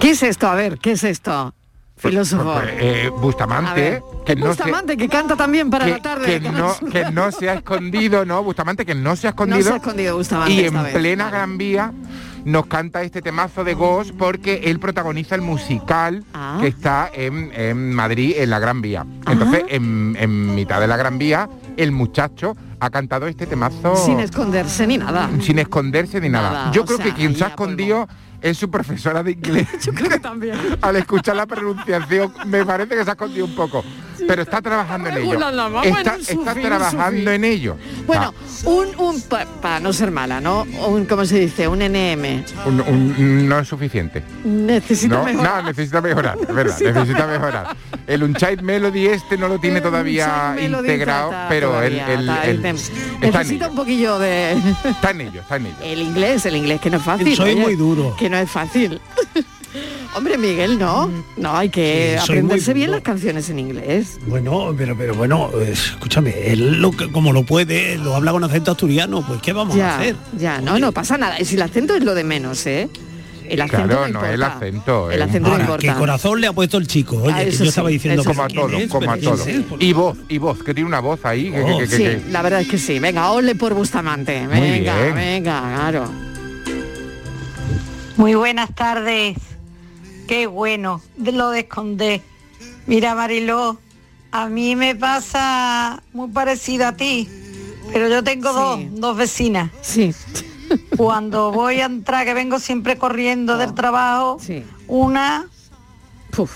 S9: ¿Qué es esto? A ver, ¿qué es esto? Filósofo.
S11: Eh,
S9: A
S11: Bustamante,
S9: ver,
S11: que no se-
S9: Bustamante, que canta también para
S11: que,
S9: la tarde.
S11: que
S9: de Canal
S11: no,
S9: Sur.
S11: que no se ha escondido, ¿no? Bustamante, que no se ha escondido.
S9: No se ha escondido Bustamante
S11: Y en
S9: esta vez.
S11: plena Gran Vía nos canta este temazo de Ghost porque él protagoniza el musical
S9: Ah.
S11: que está en, en Madrid, en la Gran Vía. Entonces, en, en mitad de la Gran Vía, el muchacho ha cantado este temazo
S9: Sin esconderse ni nada.
S11: sin esconderse ni nada.
S9: Nada,
S11: Yo
S9: o
S11: creo
S9: sea,
S11: que quien se ha escondido es su profesora de inglés. Yo creo que también. Al escuchar la pronunciación me parece que se ha escondido un poco. Pero está trabajando en ello.
S9: regulando, vamos
S11: Está,
S9: en un
S11: está
S9: sufrir,
S11: trabajando
S9: sufrir.
S11: en ello. Ah.
S9: Bueno, un, un para no ser mala, ¿no? Un, ¿Cómo se dice? Un NM.
S11: Un- un- no es suficiente.
S9: Necesita
S11: no,
S9: mejorar.
S11: no, necesita mejorar, es verdad,
S9: Necesita
S11: necesita, mejorar. El Unchained Melody este no lo tiene todavía
S9: Melody
S11: integrado,
S9: está
S11: pero él,
S9: todavía,
S11: él-
S9: está-
S11: él-
S9: él-
S11: está en
S9: Necesita un poquillo de...
S11: Está en ello, está en ello.
S9: El inglés, el inglés que no es fácil.
S11: Soy muy
S9: duro. Que no es fácil. Hombre, Miguel, no. No, hay que
S10: Sí, soy
S9: aprenderse
S10: muy
S9: bien las canciones en inglés.
S10: Bueno, pero, pero bueno, eh, escúchame, él lo, que- como lo puede, lo habla con acento asturiano, pues ¿qué vamos a
S9: ya,
S10: hacer?
S9: ya, no, no pasa nada. Y si el acento es lo de menos, ¿eh? El acento
S11: Claro,
S9: no
S11: no el
S9: importa.
S11: acento.
S9: El
S11: eh.
S9: acento no importa.
S10: ¿Qué corazón le ha puesto el chico? Oye,
S9: Ah,
S10: que
S9: eso
S10: yo estaba
S9: sí,
S10: diciendo...
S9: eso
S11: como a
S9: sí.
S11: todos, como a todos.
S10: ¿eh?
S11: Y voz, y voz, que tiene una voz ahí. que-
S10: Oh,
S11: que- que-
S9: sí,
S11: que-
S9: la verdad es que sí. Venga, ole por Bustamante.
S11: Muy
S9: Venga,
S11: bien.
S9: venga, claro.
S12: Muy buenas tardes. Qué bueno, de- lo de esconder. Mira, Mariló, a mí me pasa muy parecido a ti, pero yo tengo dos, dos vecinas.
S9: Sí.
S12: Cuando voy a entrar, que vengo siempre corriendo del trabajo, una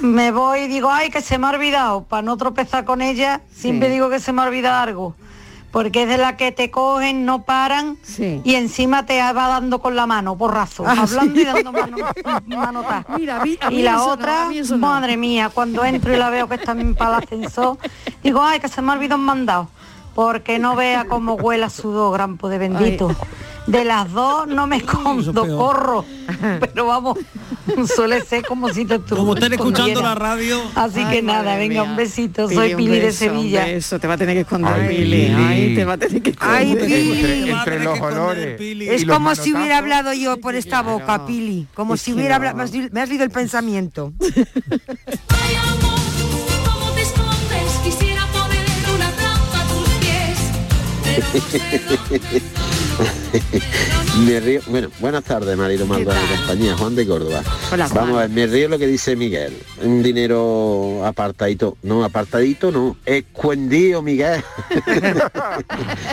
S12: me voy y digo, ay, que se me ha olvidado. Para no tropezar con ella, siempre
S26: Sí.
S12: digo que se me ha olvidado algo. Porque es de la que te cogen, no paran y encima te va dando con la mano, porrazo,
S6: Ah,
S12: hablando y dando
S9: Mira, a mí- a mí
S12: y la
S9: eso no,
S12: otra,
S9: a mí
S12: madre mía, cuando entro y la veo que está para el ascensor, digo, ay, que se me ha olvidado un mandado, porque no vea cómo huela sudor, gran poder bendito. De las dos no me escondo, corro, pero vamos, suele ser como si te Como
S10: están escuchando la radio.
S12: Así
S9: Ay,
S12: que nada,
S9: madre
S12: venga,
S9: mía.
S12: un besito,
S9: Pili,
S12: soy
S9: un
S12: Pili de
S9: beso, un
S12: Sevilla.
S9: beso. te va a tener que esconder,
S11: Ay,
S9: Pili.
S11: Pili.
S9: Ay, te va a tener que esconder.
S11: Ay, Pili. Entre los olores.
S13: Es
S11: y los
S13: como si
S11: manotazos.
S13: hubiera hablado yo por esta boca, Pili. Como
S9: Es
S13: si
S9: que
S13: hubiera
S9: no.
S13: hablado. me has li- Me has leído el pensamiento.
S27: ¿Cómo te escondes? Quisiera poner una trampa a tus pies.
S28: me río, bueno, buenas tardes, Marilo Mando de compañía, Juan de Córdoba.
S27: Hola, Juan.
S28: Vamos a ver, me río lo que dice Miguel. Un dinero apartadito, no, apartadito no, escondido, Miguel.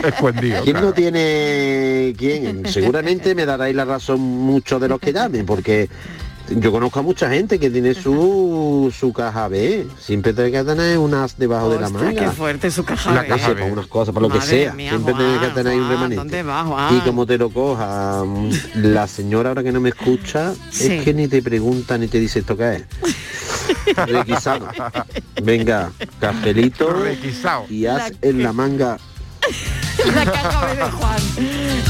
S11: escondido.
S28: ¿Quién no tiene quién? Seguramente me daráis la razón muchos de los que llamen, porque yo conozco a mucha gente que tiene su, su caja B. Siempre tiene que tener unas debajo de la
S9: Ostras,
S28: manga.
S9: qué fuerte su caja
S28: La
S9: B.
S28: caja B, para unas cosas, para lo que
S9: Madre
S28: sea.
S9: mía,
S28: Siempre tiene que
S9: Juan,
S28: tener un
S9: Juan,
S28: remanente.
S9: ¿dónde vas, Juan?
S28: Y como te lo coja mm, la señora ahora que no me escucha,
S9: Sí.
S28: es que ni te pregunta ni te dice esto qué es. Requisado. Venga, cafelito y haz
S9: La-
S28: en la manga.
S9: La caja B de Juan.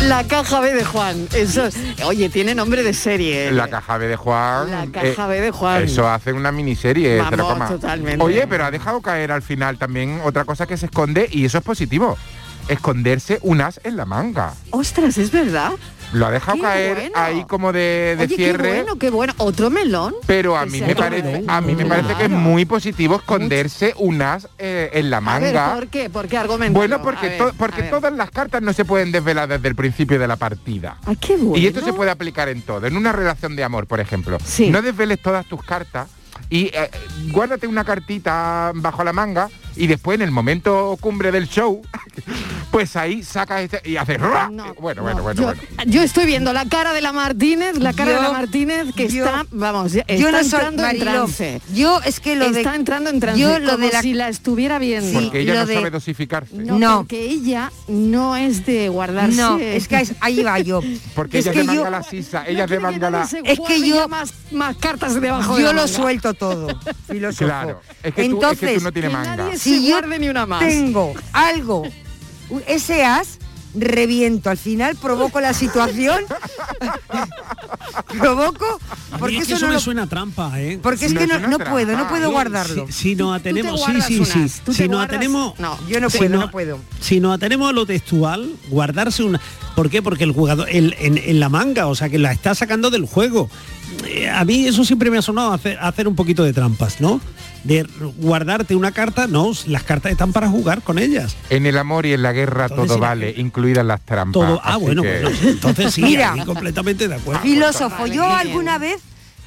S9: La caja B de Juan. Eso, oye, tiene nombre de serie.
S11: La caja B de Juan. eh,
S9: La caja B de Juan.
S11: Eso hace una miniserie. eh,
S9: Vamos,
S11: te lo comas.
S9: totalmente.
S11: Oye, pero ha dejado caer al final también otra cosa que se esconde y eso es positivo. esconderse un as en la manga.
S9: Ostras, es verdad.
S11: Lo ha dejado
S9: Qué
S11: caer
S9: bueno.
S11: ahí como de, de
S9: Oye, qué
S11: cierre.
S9: bueno, qué bueno. Otro melón.
S11: Pero a mí
S9: se
S11: me
S9: ha
S11: parece,
S9: tomado.
S11: a mí me parece que es muy positivo esconderse un as eh, en la
S9: A ver,
S11: manga.
S9: ¿por qué? ¿Por qué argumento?
S11: Bueno, porque, to- porque todas las cartas no se pueden desvelar desde el principio de la partida.
S9: qué bueno.
S11: Y esto se puede aplicar en todo. En una relación de amor, por ejemplo. No desveles todas tus cartas y eh, guárdate una cartita bajo la manga y después en el momento cumbre del show, pues ahí sacas este y haces... ¡ruah! bueno, bueno, bueno, bueno.
S9: Yo estoy viendo la cara de la Martínez, la cara
S13: Yo-
S9: de la Martínez que
S13: yo-
S9: está, vamos, ya está
S13: yo no soy
S9: entrando en
S13: Mariló.
S9: trance.
S13: Yo es que lo de-
S9: está entrando en trance.
S13: yo lo
S9: como
S13: de la-
S9: si la estuviera viendo.
S11: Porque ella
S13: lo
S11: no
S13: de-
S11: sabe dosificarse.
S9: No, porque ella no es de guardarse.
S13: No, es que es- ahí va yo.
S11: Porque
S13: Es
S11: ella
S13: que
S11: es de
S13: yo-
S11: manga la sisa, ella es de manga la...
S13: Es que yo
S9: más, más cartas debajo de
S13: Yo
S9: la
S13: lo
S9: manga.
S13: suelto todo. filósofo.
S11: Claro, es que tú- es que
S13: Entonces,
S11: tú no tienes Que manga. nadie
S9: se guarde ni una más.
S13: Tengo algo, u- ese as reviento al final provoco la situación provoco
S10: A mí
S13: porque
S10: es que
S13: Ah, eso,
S10: eso
S13: no
S10: me
S13: lo-
S10: suena a trampa, ¿eh?
S13: Porque es que no, no puedo, no puedo
S10: Yo,
S13: guardarlo.
S10: Si, si nos atenemos,
S13: Tú te
S10: sí, sí,
S13: guardas
S10: sí.
S13: unas, tú
S10: Si
S13: te
S10: nos
S13: guardas-
S10: atenemos,
S13: no, yo no
S10: si
S13: puedo, no puedo.
S10: Si nos atenemos a lo textual, guardarse una. ¿Por qué? Porque el jugador el- en, en la manga, o sea, que la está sacando del juego. Eh, a mí eso siempre me ha sonado hacer, hacer un poquito de trampas, ¿no? De guardarte una carta, no, las cartas están para jugar con ellas.
S11: En el amor y en la guerra todo vale, incluidas las trampas.
S10: Todo- ah,
S11: así
S10: bueno,
S11: que-
S10: pues no, entonces sí,
S13: Mira.
S10: ahí completamente de
S11: Ah,
S10: acuerdo.
S11: pues
S13: Filósofo, yo alguna vez,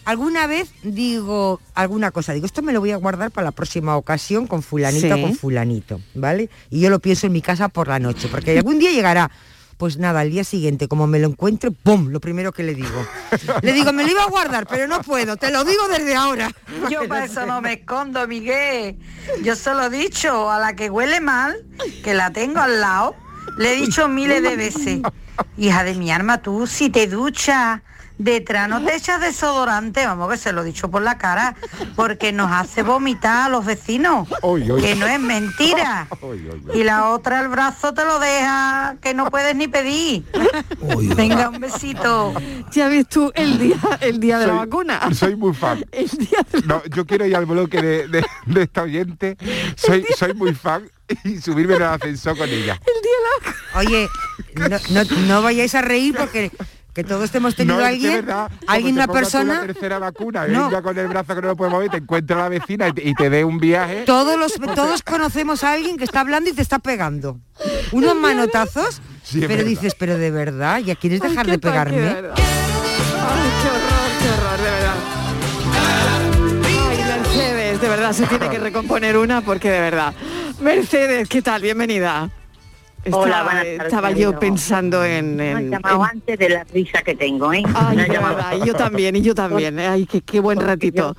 S13: alguna vez digo alguna cosa, digo, esto me lo voy a guardar para la próxima ocasión con fulanito
S21: Sí.
S13: con fulanito, ¿vale? Y yo lo pienso en mi casa por la noche, porque algún día llegará. Pues nada, al día siguiente, como me lo encuentre, ¡pum! Lo primero que le digo. Le digo, me lo iba a guardar, pero no puedo, te lo digo desde ahora.
S12: Yo para eso no me escondo, Miguel. Yo se lo he dicho a la que huele mal, que la tengo al lado, le he dicho miles de veces. Hija de mi arma, tú si te duchas detrás, no te echas desodorante, vamos que se lo he dicho por la cara, porque nos hace vomitar a los vecinos,
S11: oy.
S12: que no es mentira. Y la otra el brazo te lo deja, que no puedes ni pedir. Venga, un besito.
S9: Ya ves tú el día, el día de la
S11: Soy-
S9: vacuna.
S11: Soy muy fan. No, yo quiero ir al bloque de, de- de esta oyente. Soy, soy muy fan y subirme al ascensor con ella.
S13: Oye, no, no- no vayáis a reír porque que todos hemos tenido
S11: No, es
S13: a
S11: de
S13: alguien,
S11: verdad, como
S13: alguien
S11: te
S13: una
S11: pongas tú
S13: persona
S11: La tercera vacuna,
S13: No.
S11: ella con el brazo que no lo puede mover, te encuentra la vecina y te, y te dé un viaje.
S13: Todos los todos conocemos a alguien que está hablando y te está pegando. Unos manotazos,
S11: Sí, es
S13: pero
S11: verdad.
S13: dices, pero de verdad, ¿ya quieres dejar de pegarme?
S9: Ay, qué horror, qué horror, de verdad. Ay, Mercedes, de verdad se tiene que recomponer una porque de verdad. Mercedes, ¿qué tal? Bienvenida. Estaba,
S18: Hola, buenas tardes,
S9: estaba yo
S18: Marilo.
S9: pensando en, en-
S18: Me han llamado
S9: en-
S18: antes de la prisa que tengo, ¿eh?
S9: Ay,
S18: Me han
S9: de
S18: llamado.
S9: verdad, y yo también, y yo también. Ay, qué, qué buen ratito.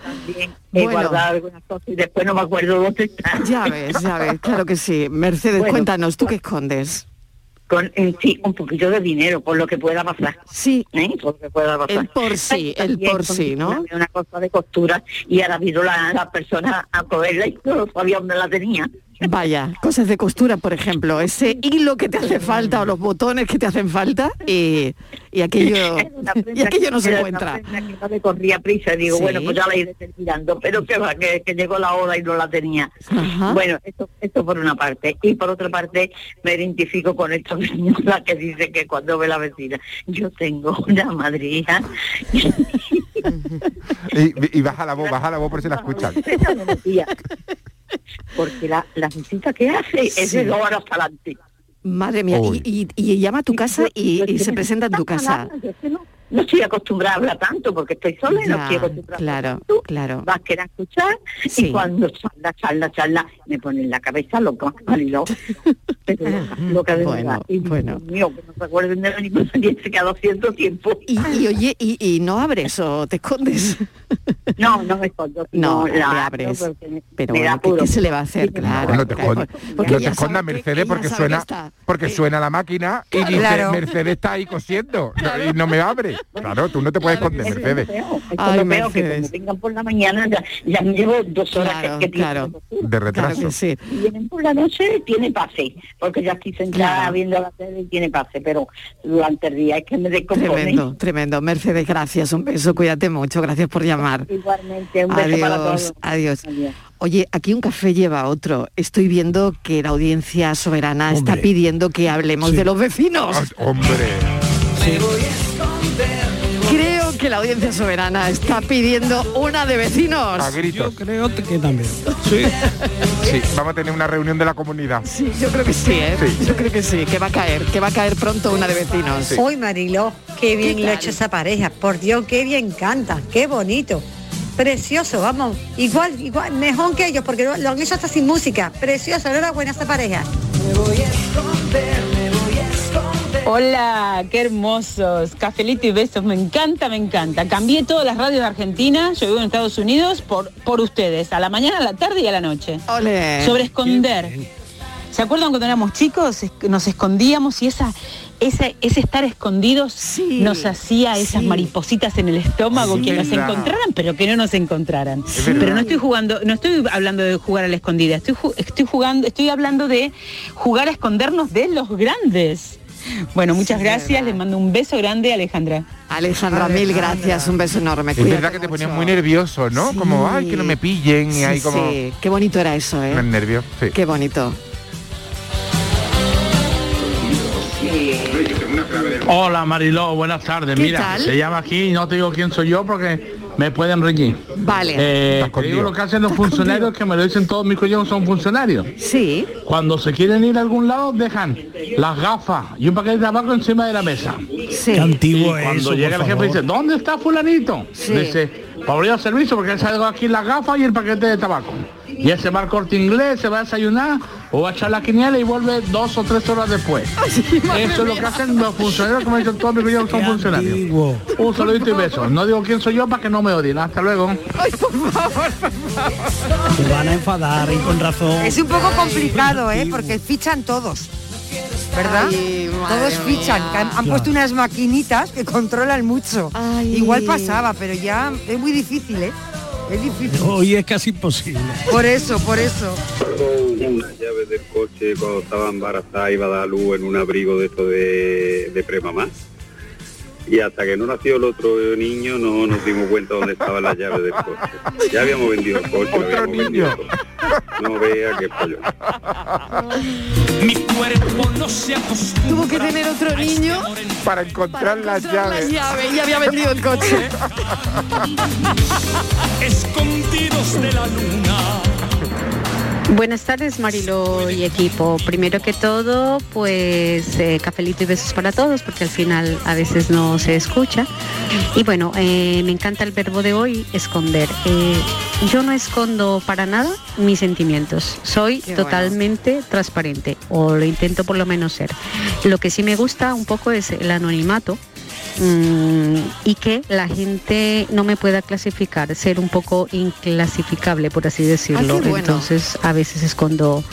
S18: He
S9: Bueno.
S18: guardado algunas cosas y después no me acuerdo dónde está.
S9: Ya ves, ya ves, claro que sí. Mercedes,
S18: Bueno.
S9: cuéntanos, ¿tú qué escondes?
S18: Con, eh, sí, un poquito de dinero, por lo que pueda pasar. ¿Eh?
S9: Sí.
S18: Por lo que pueda pasar.
S9: El por sí, el
S18: También
S9: por sí, ¿no?
S18: Una, una cosa de costura y ahora vino la, la persona a cogerla y no sabía dónde la tenía.
S9: Vaya, cosas de costura, por ejemplo, ese hilo que te hace falta o los botones que te hacen falta y, y aquello
S18: Era una
S9: y
S18: prenda
S9: aquello no se
S18: era una
S9: encuentra.
S18: prenda que no le corría prisa. Digo,
S9: Sí.
S18: bueno, pues ya la iré terminando. Pero que va, que, que llegó la hora y no la tenía.
S9: Ajá.
S18: Bueno, esto, esto por una parte. Y por otra parte, me identifico con esta señora que dice que cuando ve la vecina, yo tengo una madrija.
S11: Y, y baja la voz, baja la voz por si la escuchan.
S18: Porque la, la visita que hace es
S9: Sí.
S18: de dos horas para adelante.
S9: Madre mía, y,
S18: Uy.
S9: y- y llama a tu casa y, y se presenta en tu casa.
S18: Yo es que no, no estoy acostumbrada a hablar tanto porque estoy sola y no
S9: Ya,
S18: estoy acostumbrada.
S9: claro, claro.
S18: vas a querer escuchar
S9: Sí.
S18: y cuando charla, charla, charla, me pone en la cabeza loca, Mariló. Pero loca, loca de
S9: Ah, mm, Bueno,
S18: verdad. Y,
S9: bueno.
S18: Mío, que no se acuerden de la misma experiencia que ha dado cierto tiempo.
S9: Y, y oye, y, y no abres o te escondes.
S18: No, no me escondo.
S9: No,
S18: sino la
S9: le abres.
S18: abro porque me-
S9: Pero
S18: me da
S9: bueno, ¿qué- ¿qué,
S18: apuro.
S9: se le va a hacer? Claro.
S11: No te,
S9: claro,
S11: escon-
S9: porque
S11: no te
S9: ya
S11: escondas,
S9: sabe que-
S11: Mercedes,
S9: ella
S11: porque
S9: sabe que
S11: suena
S9: está.
S11: porque suena la máquina y dice,
S9: Claro.
S11: Mercedes está ahí cosiendo no- y no me abre. Claro, tú no te puedes esconder, Mercedes.
S18: Esto es lo peor, que cuando vengan por la mañana ya, ya me llevo dos horas que- que, claro.
S11: De retraso.
S18: Y vienen por la noche, tiene pase, porque ya estoy sentada viendo la tele y tiene pase, pero durante el día es que me descompone.
S9: Tremendo, tremendo. Mercedes, gracias. Un beso, cuídate mucho. Gracias por llamar.
S18: Igualmente, un beso para
S9: Adiós,
S18: todos.
S9: adiós. Oye, aquí un café lleva a otro. Estoy viendo que la audiencia soberana está pidiendo que hablemos de los vecinos.
S11: Hombre.
S9: Creo que la audiencia soberana está pidiendo una de vecinos.
S11: A gritos.
S10: Yo creo que también.
S11: Sí. sí. Vamos a tener una reunión de la comunidad.
S9: Sí, yo creo que sí, ¿eh? Yo creo que sí, que va a caer, que va a caer pronto una de vecinos.
S12: Uy, Mariló, qué bien
S9: ¿Qué
S12: lo ha
S9: tal?
S12: hecho esa pareja. Por Dios, qué bien canta, qué bonito. Precioso, vamos. Igual, igual, mejor que ellos, porque lo, lo han hecho hasta sin música. Precioso, enhorabuena a esa pareja.
S14: Hola, qué hermosos. Cafelito y besos, me encanta, me encanta. Cambié todas las radios de Argentina, yo vivo en Estados Unidos, por, por ustedes, a la mañana, a la tarde y a la noche.
S9: Ole.
S14: Sobre esconder. ¿Se acuerdan cuando éramos chicos? Es- Nos escondíamos y esa, esa- ese estar escondidos nos hacía esas maripositas en el estómago Sí, que es nos verdad. encontraran, pero que no nos encontraran. verdad. Pero no estoy jugando, no estoy hablando de jugar a la escondida, estoy, ju- estoy jugando, estoy hablando de jugar a escondernos de los grandes. Bueno, muchas gracias, les mando un beso grande a Alejandra.
S9: Alejandra, mil gracias, un beso enorme.
S11: Es verdad que te ponías muy nervioso, ¿no? Como, ay, que no me pillen. y ahí como...
S9: Sí, qué bonito era eso, ¿eh?
S11: El nervio, sí.
S9: Qué bonito.
S15: Hola Mariló, buenas tardes.
S9: ¿Qué
S15: Mira,
S9: tal?
S15: se llama aquí y no te digo quién soy yo porque me pueden reñir.
S9: Vale.
S15: Eh,
S9: Está
S15: te
S9: escondido.
S15: digo lo que hacen los funcionarios, que me lo dicen todos mis colegas son funcionarios.
S9: Sí.
S15: Cuando se quieren ir a algún lado, dejan las gafas y un paquete de tabaco encima de la mesa.
S9: Sí.
S15: Qué
S10: antiguo
S15: y
S10: es
S15: cuando
S10: eso,
S15: llega el
S10: por
S15: jefe y
S10: favor.
S15: dice, ¿dónde está fulanito?
S10: Sí.
S15: Dice, para abrir el servicio, porque él salió aquí las gafas y el paquete de tabaco. Y ese va al corte inglés, se va a desayunar o va a echar la quiniela y vuelve dos o tres horas después. madre Eso es lo que mía. hacen los funcionarios, como he dicho todos mis videos son funcionarios. Un saludito y beso. No digo quién soy yo para que no me odien. Hasta luego.
S10: Se van a enfadar y con razón.
S13: Es un poco complicado, ¿eh? Porque fichan todos. ¿Verdad? todos fichan. que Han, han
S10: Claro.
S13: puesto unas maquinitas que controlan mucho. Igual pasaba, pero ya es muy difícil, ¿eh? Es difícil.
S10: Hoy es casi imposible.
S13: Por eso, por eso.
S25: una llave del coche cuando estaba embarazada iba a dar luz en un abrigo de esto de, de premamá. Y hasta que no nació el otro niño no nos dimos cuenta dónde estaba la llave del coche. Ya habíamos vendido el coche, lo habíamos vendido todo. No vea qué pollo.
S6: Mi cuerpo no se acostumbra.
S9: Tuvo que tener otro niño
S11: para encontrar las
S9: La llave, y había vendido el coche.
S6: Escondidos de la luna.
S29: Buenas tardes Marilo y equipo. Primero que todo, pues eh, cafelito y besos para todos, porque al final a veces no se escucha. Y bueno, eh, me encanta el verbo de hoy, esconder. Eh, yo no escondo para nada mis sentimientos. Soy
S1: Qué bueno.
S29: totalmente transparente, o lo intento por lo menos ser. Lo que sí me gusta un poco es el anonimato. Mm, y que la gente no me pueda clasificar, ser un poco inclasificable, por así
S9: Ah,
S29: decirlo.
S1: bueno.
S29: Entonces a veces escondo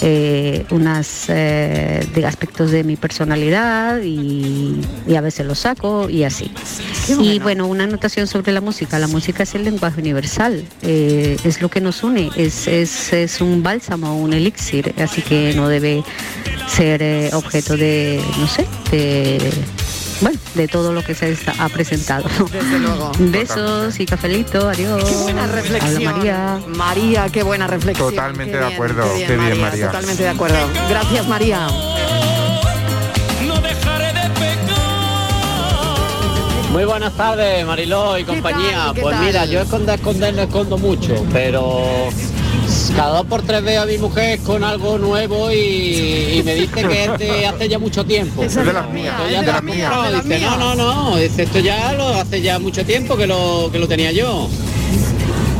S29: eh, unas eh, de aspectos de mi personalidad y, y a veces lo saco y así.
S1: Qué
S29: Y bueno, una anotación sobre la música. La música es el lenguaje universal, eh, es lo que nos une, es, es, es un bálsamo, un elixir, así que no debe ser eh, objeto de, no sé, de... Bueno, de todo lo que se está- ha presentado.
S9: Desde luego.
S29: Besos y cafelito, adiós.
S9: Qué buena
S29: Habla
S9: reflexión. María. qué buena reflexión.
S11: Totalmente
S9: Qué
S11: de
S9: bien,
S11: acuerdo,
S9: qué bien,
S11: qué bien,
S9: María,
S11: María.
S9: Totalmente de acuerdo. Gracias, María.
S30: Muy buenas tardes, Mariló y compañía. tal? ¿Qué Pues tal? mira, yo esconder, esconder, no escondo mucho, pero cada dos por tres veo a mi mujer con algo nuevo y, y me dice que este hace ya mucho tiempo.
S11: Es de las mías,
S30: Esto
S11: es
S30: ya
S11: de
S30: te
S11: las
S30: lo
S11: mías,
S30: compro.
S11: es de las
S30: Dice,
S11: mías.
S30: no, no, no, dice, esto ya lo hace ya mucho tiempo que lo, que lo tenía yo.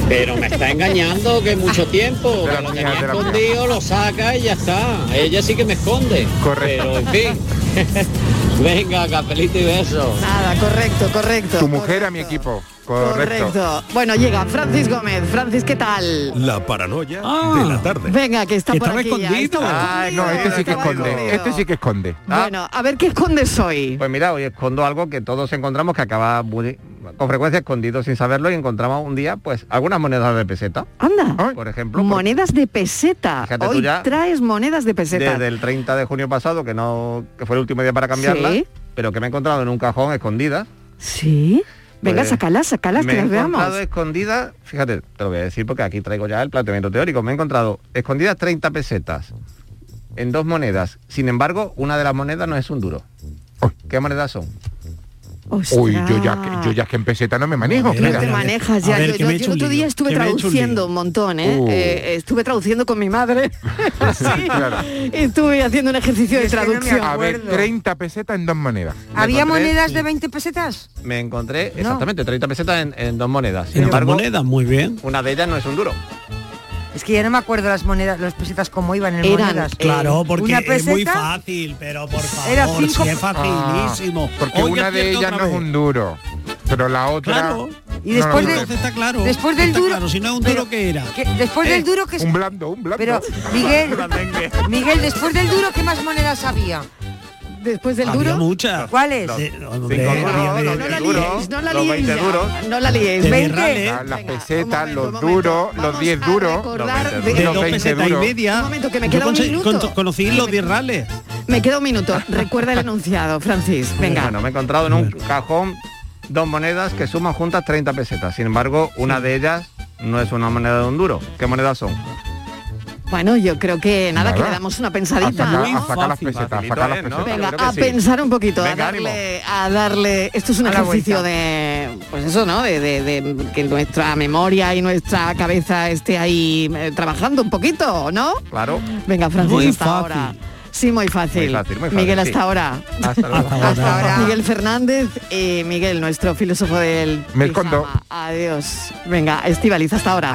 S30: Pero me está engañando que mucho tiempo, que lo tenía
S11: de las
S30: escondido, lo saca y ya está. Ella sí que me esconde. Correcto. Pero en fin,
S22: Venga, capelito y beso.
S9: Nada, correcto, correcto.
S11: Tu mujer a mi equipo. Correcto.
S9: Correcto. Bueno, llega Francis Gómez. Francis, ¿qué tal?
S31: La paranoia Ah. de la tarde.
S9: Venga, que está por aquí ya, está
S11: Ay, no,
S9: escondido,
S11: este sí que
S9: está
S11: esconde.
S9: escondido.
S11: Este sí que esconde.
S9: Bueno, a ver qué escondes hoy.
S20: Ah. Pues mira, hoy escondo algo que todos encontramos que acaba muy- con frecuencia escondido sin saberlo y encontramos un día pues algunas monedas de peseta.
S9: Anda.
S20: Por ejemplo, por-
S9: Monedas de peseta.
S20: Fíjate tú
S9: Hoy
S20: ya.
S9: traes monedas de peseta.
S20: desde el 30 de junio pasado, que no que fue el último día para cambiarlas,
S9: Sí.
S20: pero que me he encontrado en un cajón escondidas.
S9: Sí. Venga,
S20: Pues,
S9: sácalas, sácalas,
S20: me
S9: que
S20: he
S9: las
S20: encontrado
S9: veamos.
S20: escondidas, fíjate, te lo voy a decir porque aquí traigo ya el planteamiento teórico, me he encontrado escondidas 30 pesetas en dos monedas. Sin embargo, una de las monedas no es un duro. ¿Qué monedas son?
S11: Uy, yo ya, que- yo ya que en peseta no me manejo.
S9: No te manejas ya. yo yo- yo el otro día estuve traduciendo un montón, ¿eh?
S11: Uh.
S9: Eh, Estuve traduciendo con mi madre. Sí. Estuve haciendo un ejercicio de traducción.
S11: A ver, 30 pesetas en dos monedas.
S13: ¿Había
S20: encontré-
S13: monedas de 20 pesetas?
S20: Me encontré
S13: No.
S20: exactamente 30 pesetas en, en dos monedas. Sin
S10: En dos
S20: embargo,
S10: monedas, muy bien.
S20: una de ellas no es un duro.
S13: Es que ya no me acuerdo las monedas, las pesetas cómo iban en
S10: Eran,
S13: monedas.
S10: Claro, porque
S13: Una
S10: es muy
S13: peseta-
S10: fácil, pero por favor,
S13: Era
S10: si
S13: cinco-
S10: es facilísimo.
S11: Ah, porque
S10: Hoy
S11: una de
S10: acierto
S11: ellas
S10: otra
S11: no es
S10: vez.
S11: un duro, pero la otra...
S10: Claro.
S13: Y después de-
S10: Entonces está claro.
S13: después del
S10: está
S13: duro-
S10: claro, si no es un
S13: pero-
S10: duro que era.
S13: que- después del duro que es-
S11: Un blando, un blando.
S13: Pero, Miguel, Miguel, después del duro, ¿qué más monedas había?
S9: Después del
S10: Había
S9: duro.
S10: muchas.
S13: ¿Cuáles?
S11: duros,
S9: No la
S11: los
S9: liéis
S11: 20
S9: ya,
S11: duros.
S9: No la liéis. 20.
S11: Las las pesetas, los duros, los 10 duros,
S9: recordar
S11: los
S9: de-
S11: 20
S9: de dos pesetas y
S11: duros.
S9: media. Un momento, que me queda un
S10: conse-
S9: minuto.
S10: con- conocí los 10 rales.
S9: Me queda un minuto. Recuerda el enunciado, Francis. Venga.
S20: Bueno, me he encontrado en un cajón dos monedas que suman juntas 30 pesetas. Sin embargo, una de ellas no es una moneda de un duro. ¿Qué monedas son?
S9: Bueno, yo creo que nada, que
S20: Nada.
S9: le damos una pensadita.
S20: A sacar-
S9: ¿no?
S20: a sacar las pesetas, a sacar las
S11: Facilito, ¿eh?
S20: pesetas.
S9: Venga,
S20: Yo creo
S9: a
S20: que sí.
S9: pensar un poquito,
S20: Venga,
S9: a
S20: ánimo.
S9: darle, a darle. Esto es un
S20: A la
S9: ejercicio de, pues eso, ¿no? De, de- de que nuestra memoria y nuestra cabeza esté ahí eh, trabajando un poquito, ¿no?
S20: Claro.
S9: Venga, Francis,
S20: Muy
S9: hasta
S20: fácil.
S9: ahora. Sí, muy fácil.
S20: Muy fácil, muy fácil,
S9: Miguel,
S20: sí.
S9: hasta ahora.
S20: Hasta luego.
S9: Miguel Fernández, eh, Miguel, nuestro filósofo del.
S11: Me escondo.
S9: pijama. Adiós. Venga, Estivaliz, hasta ahora.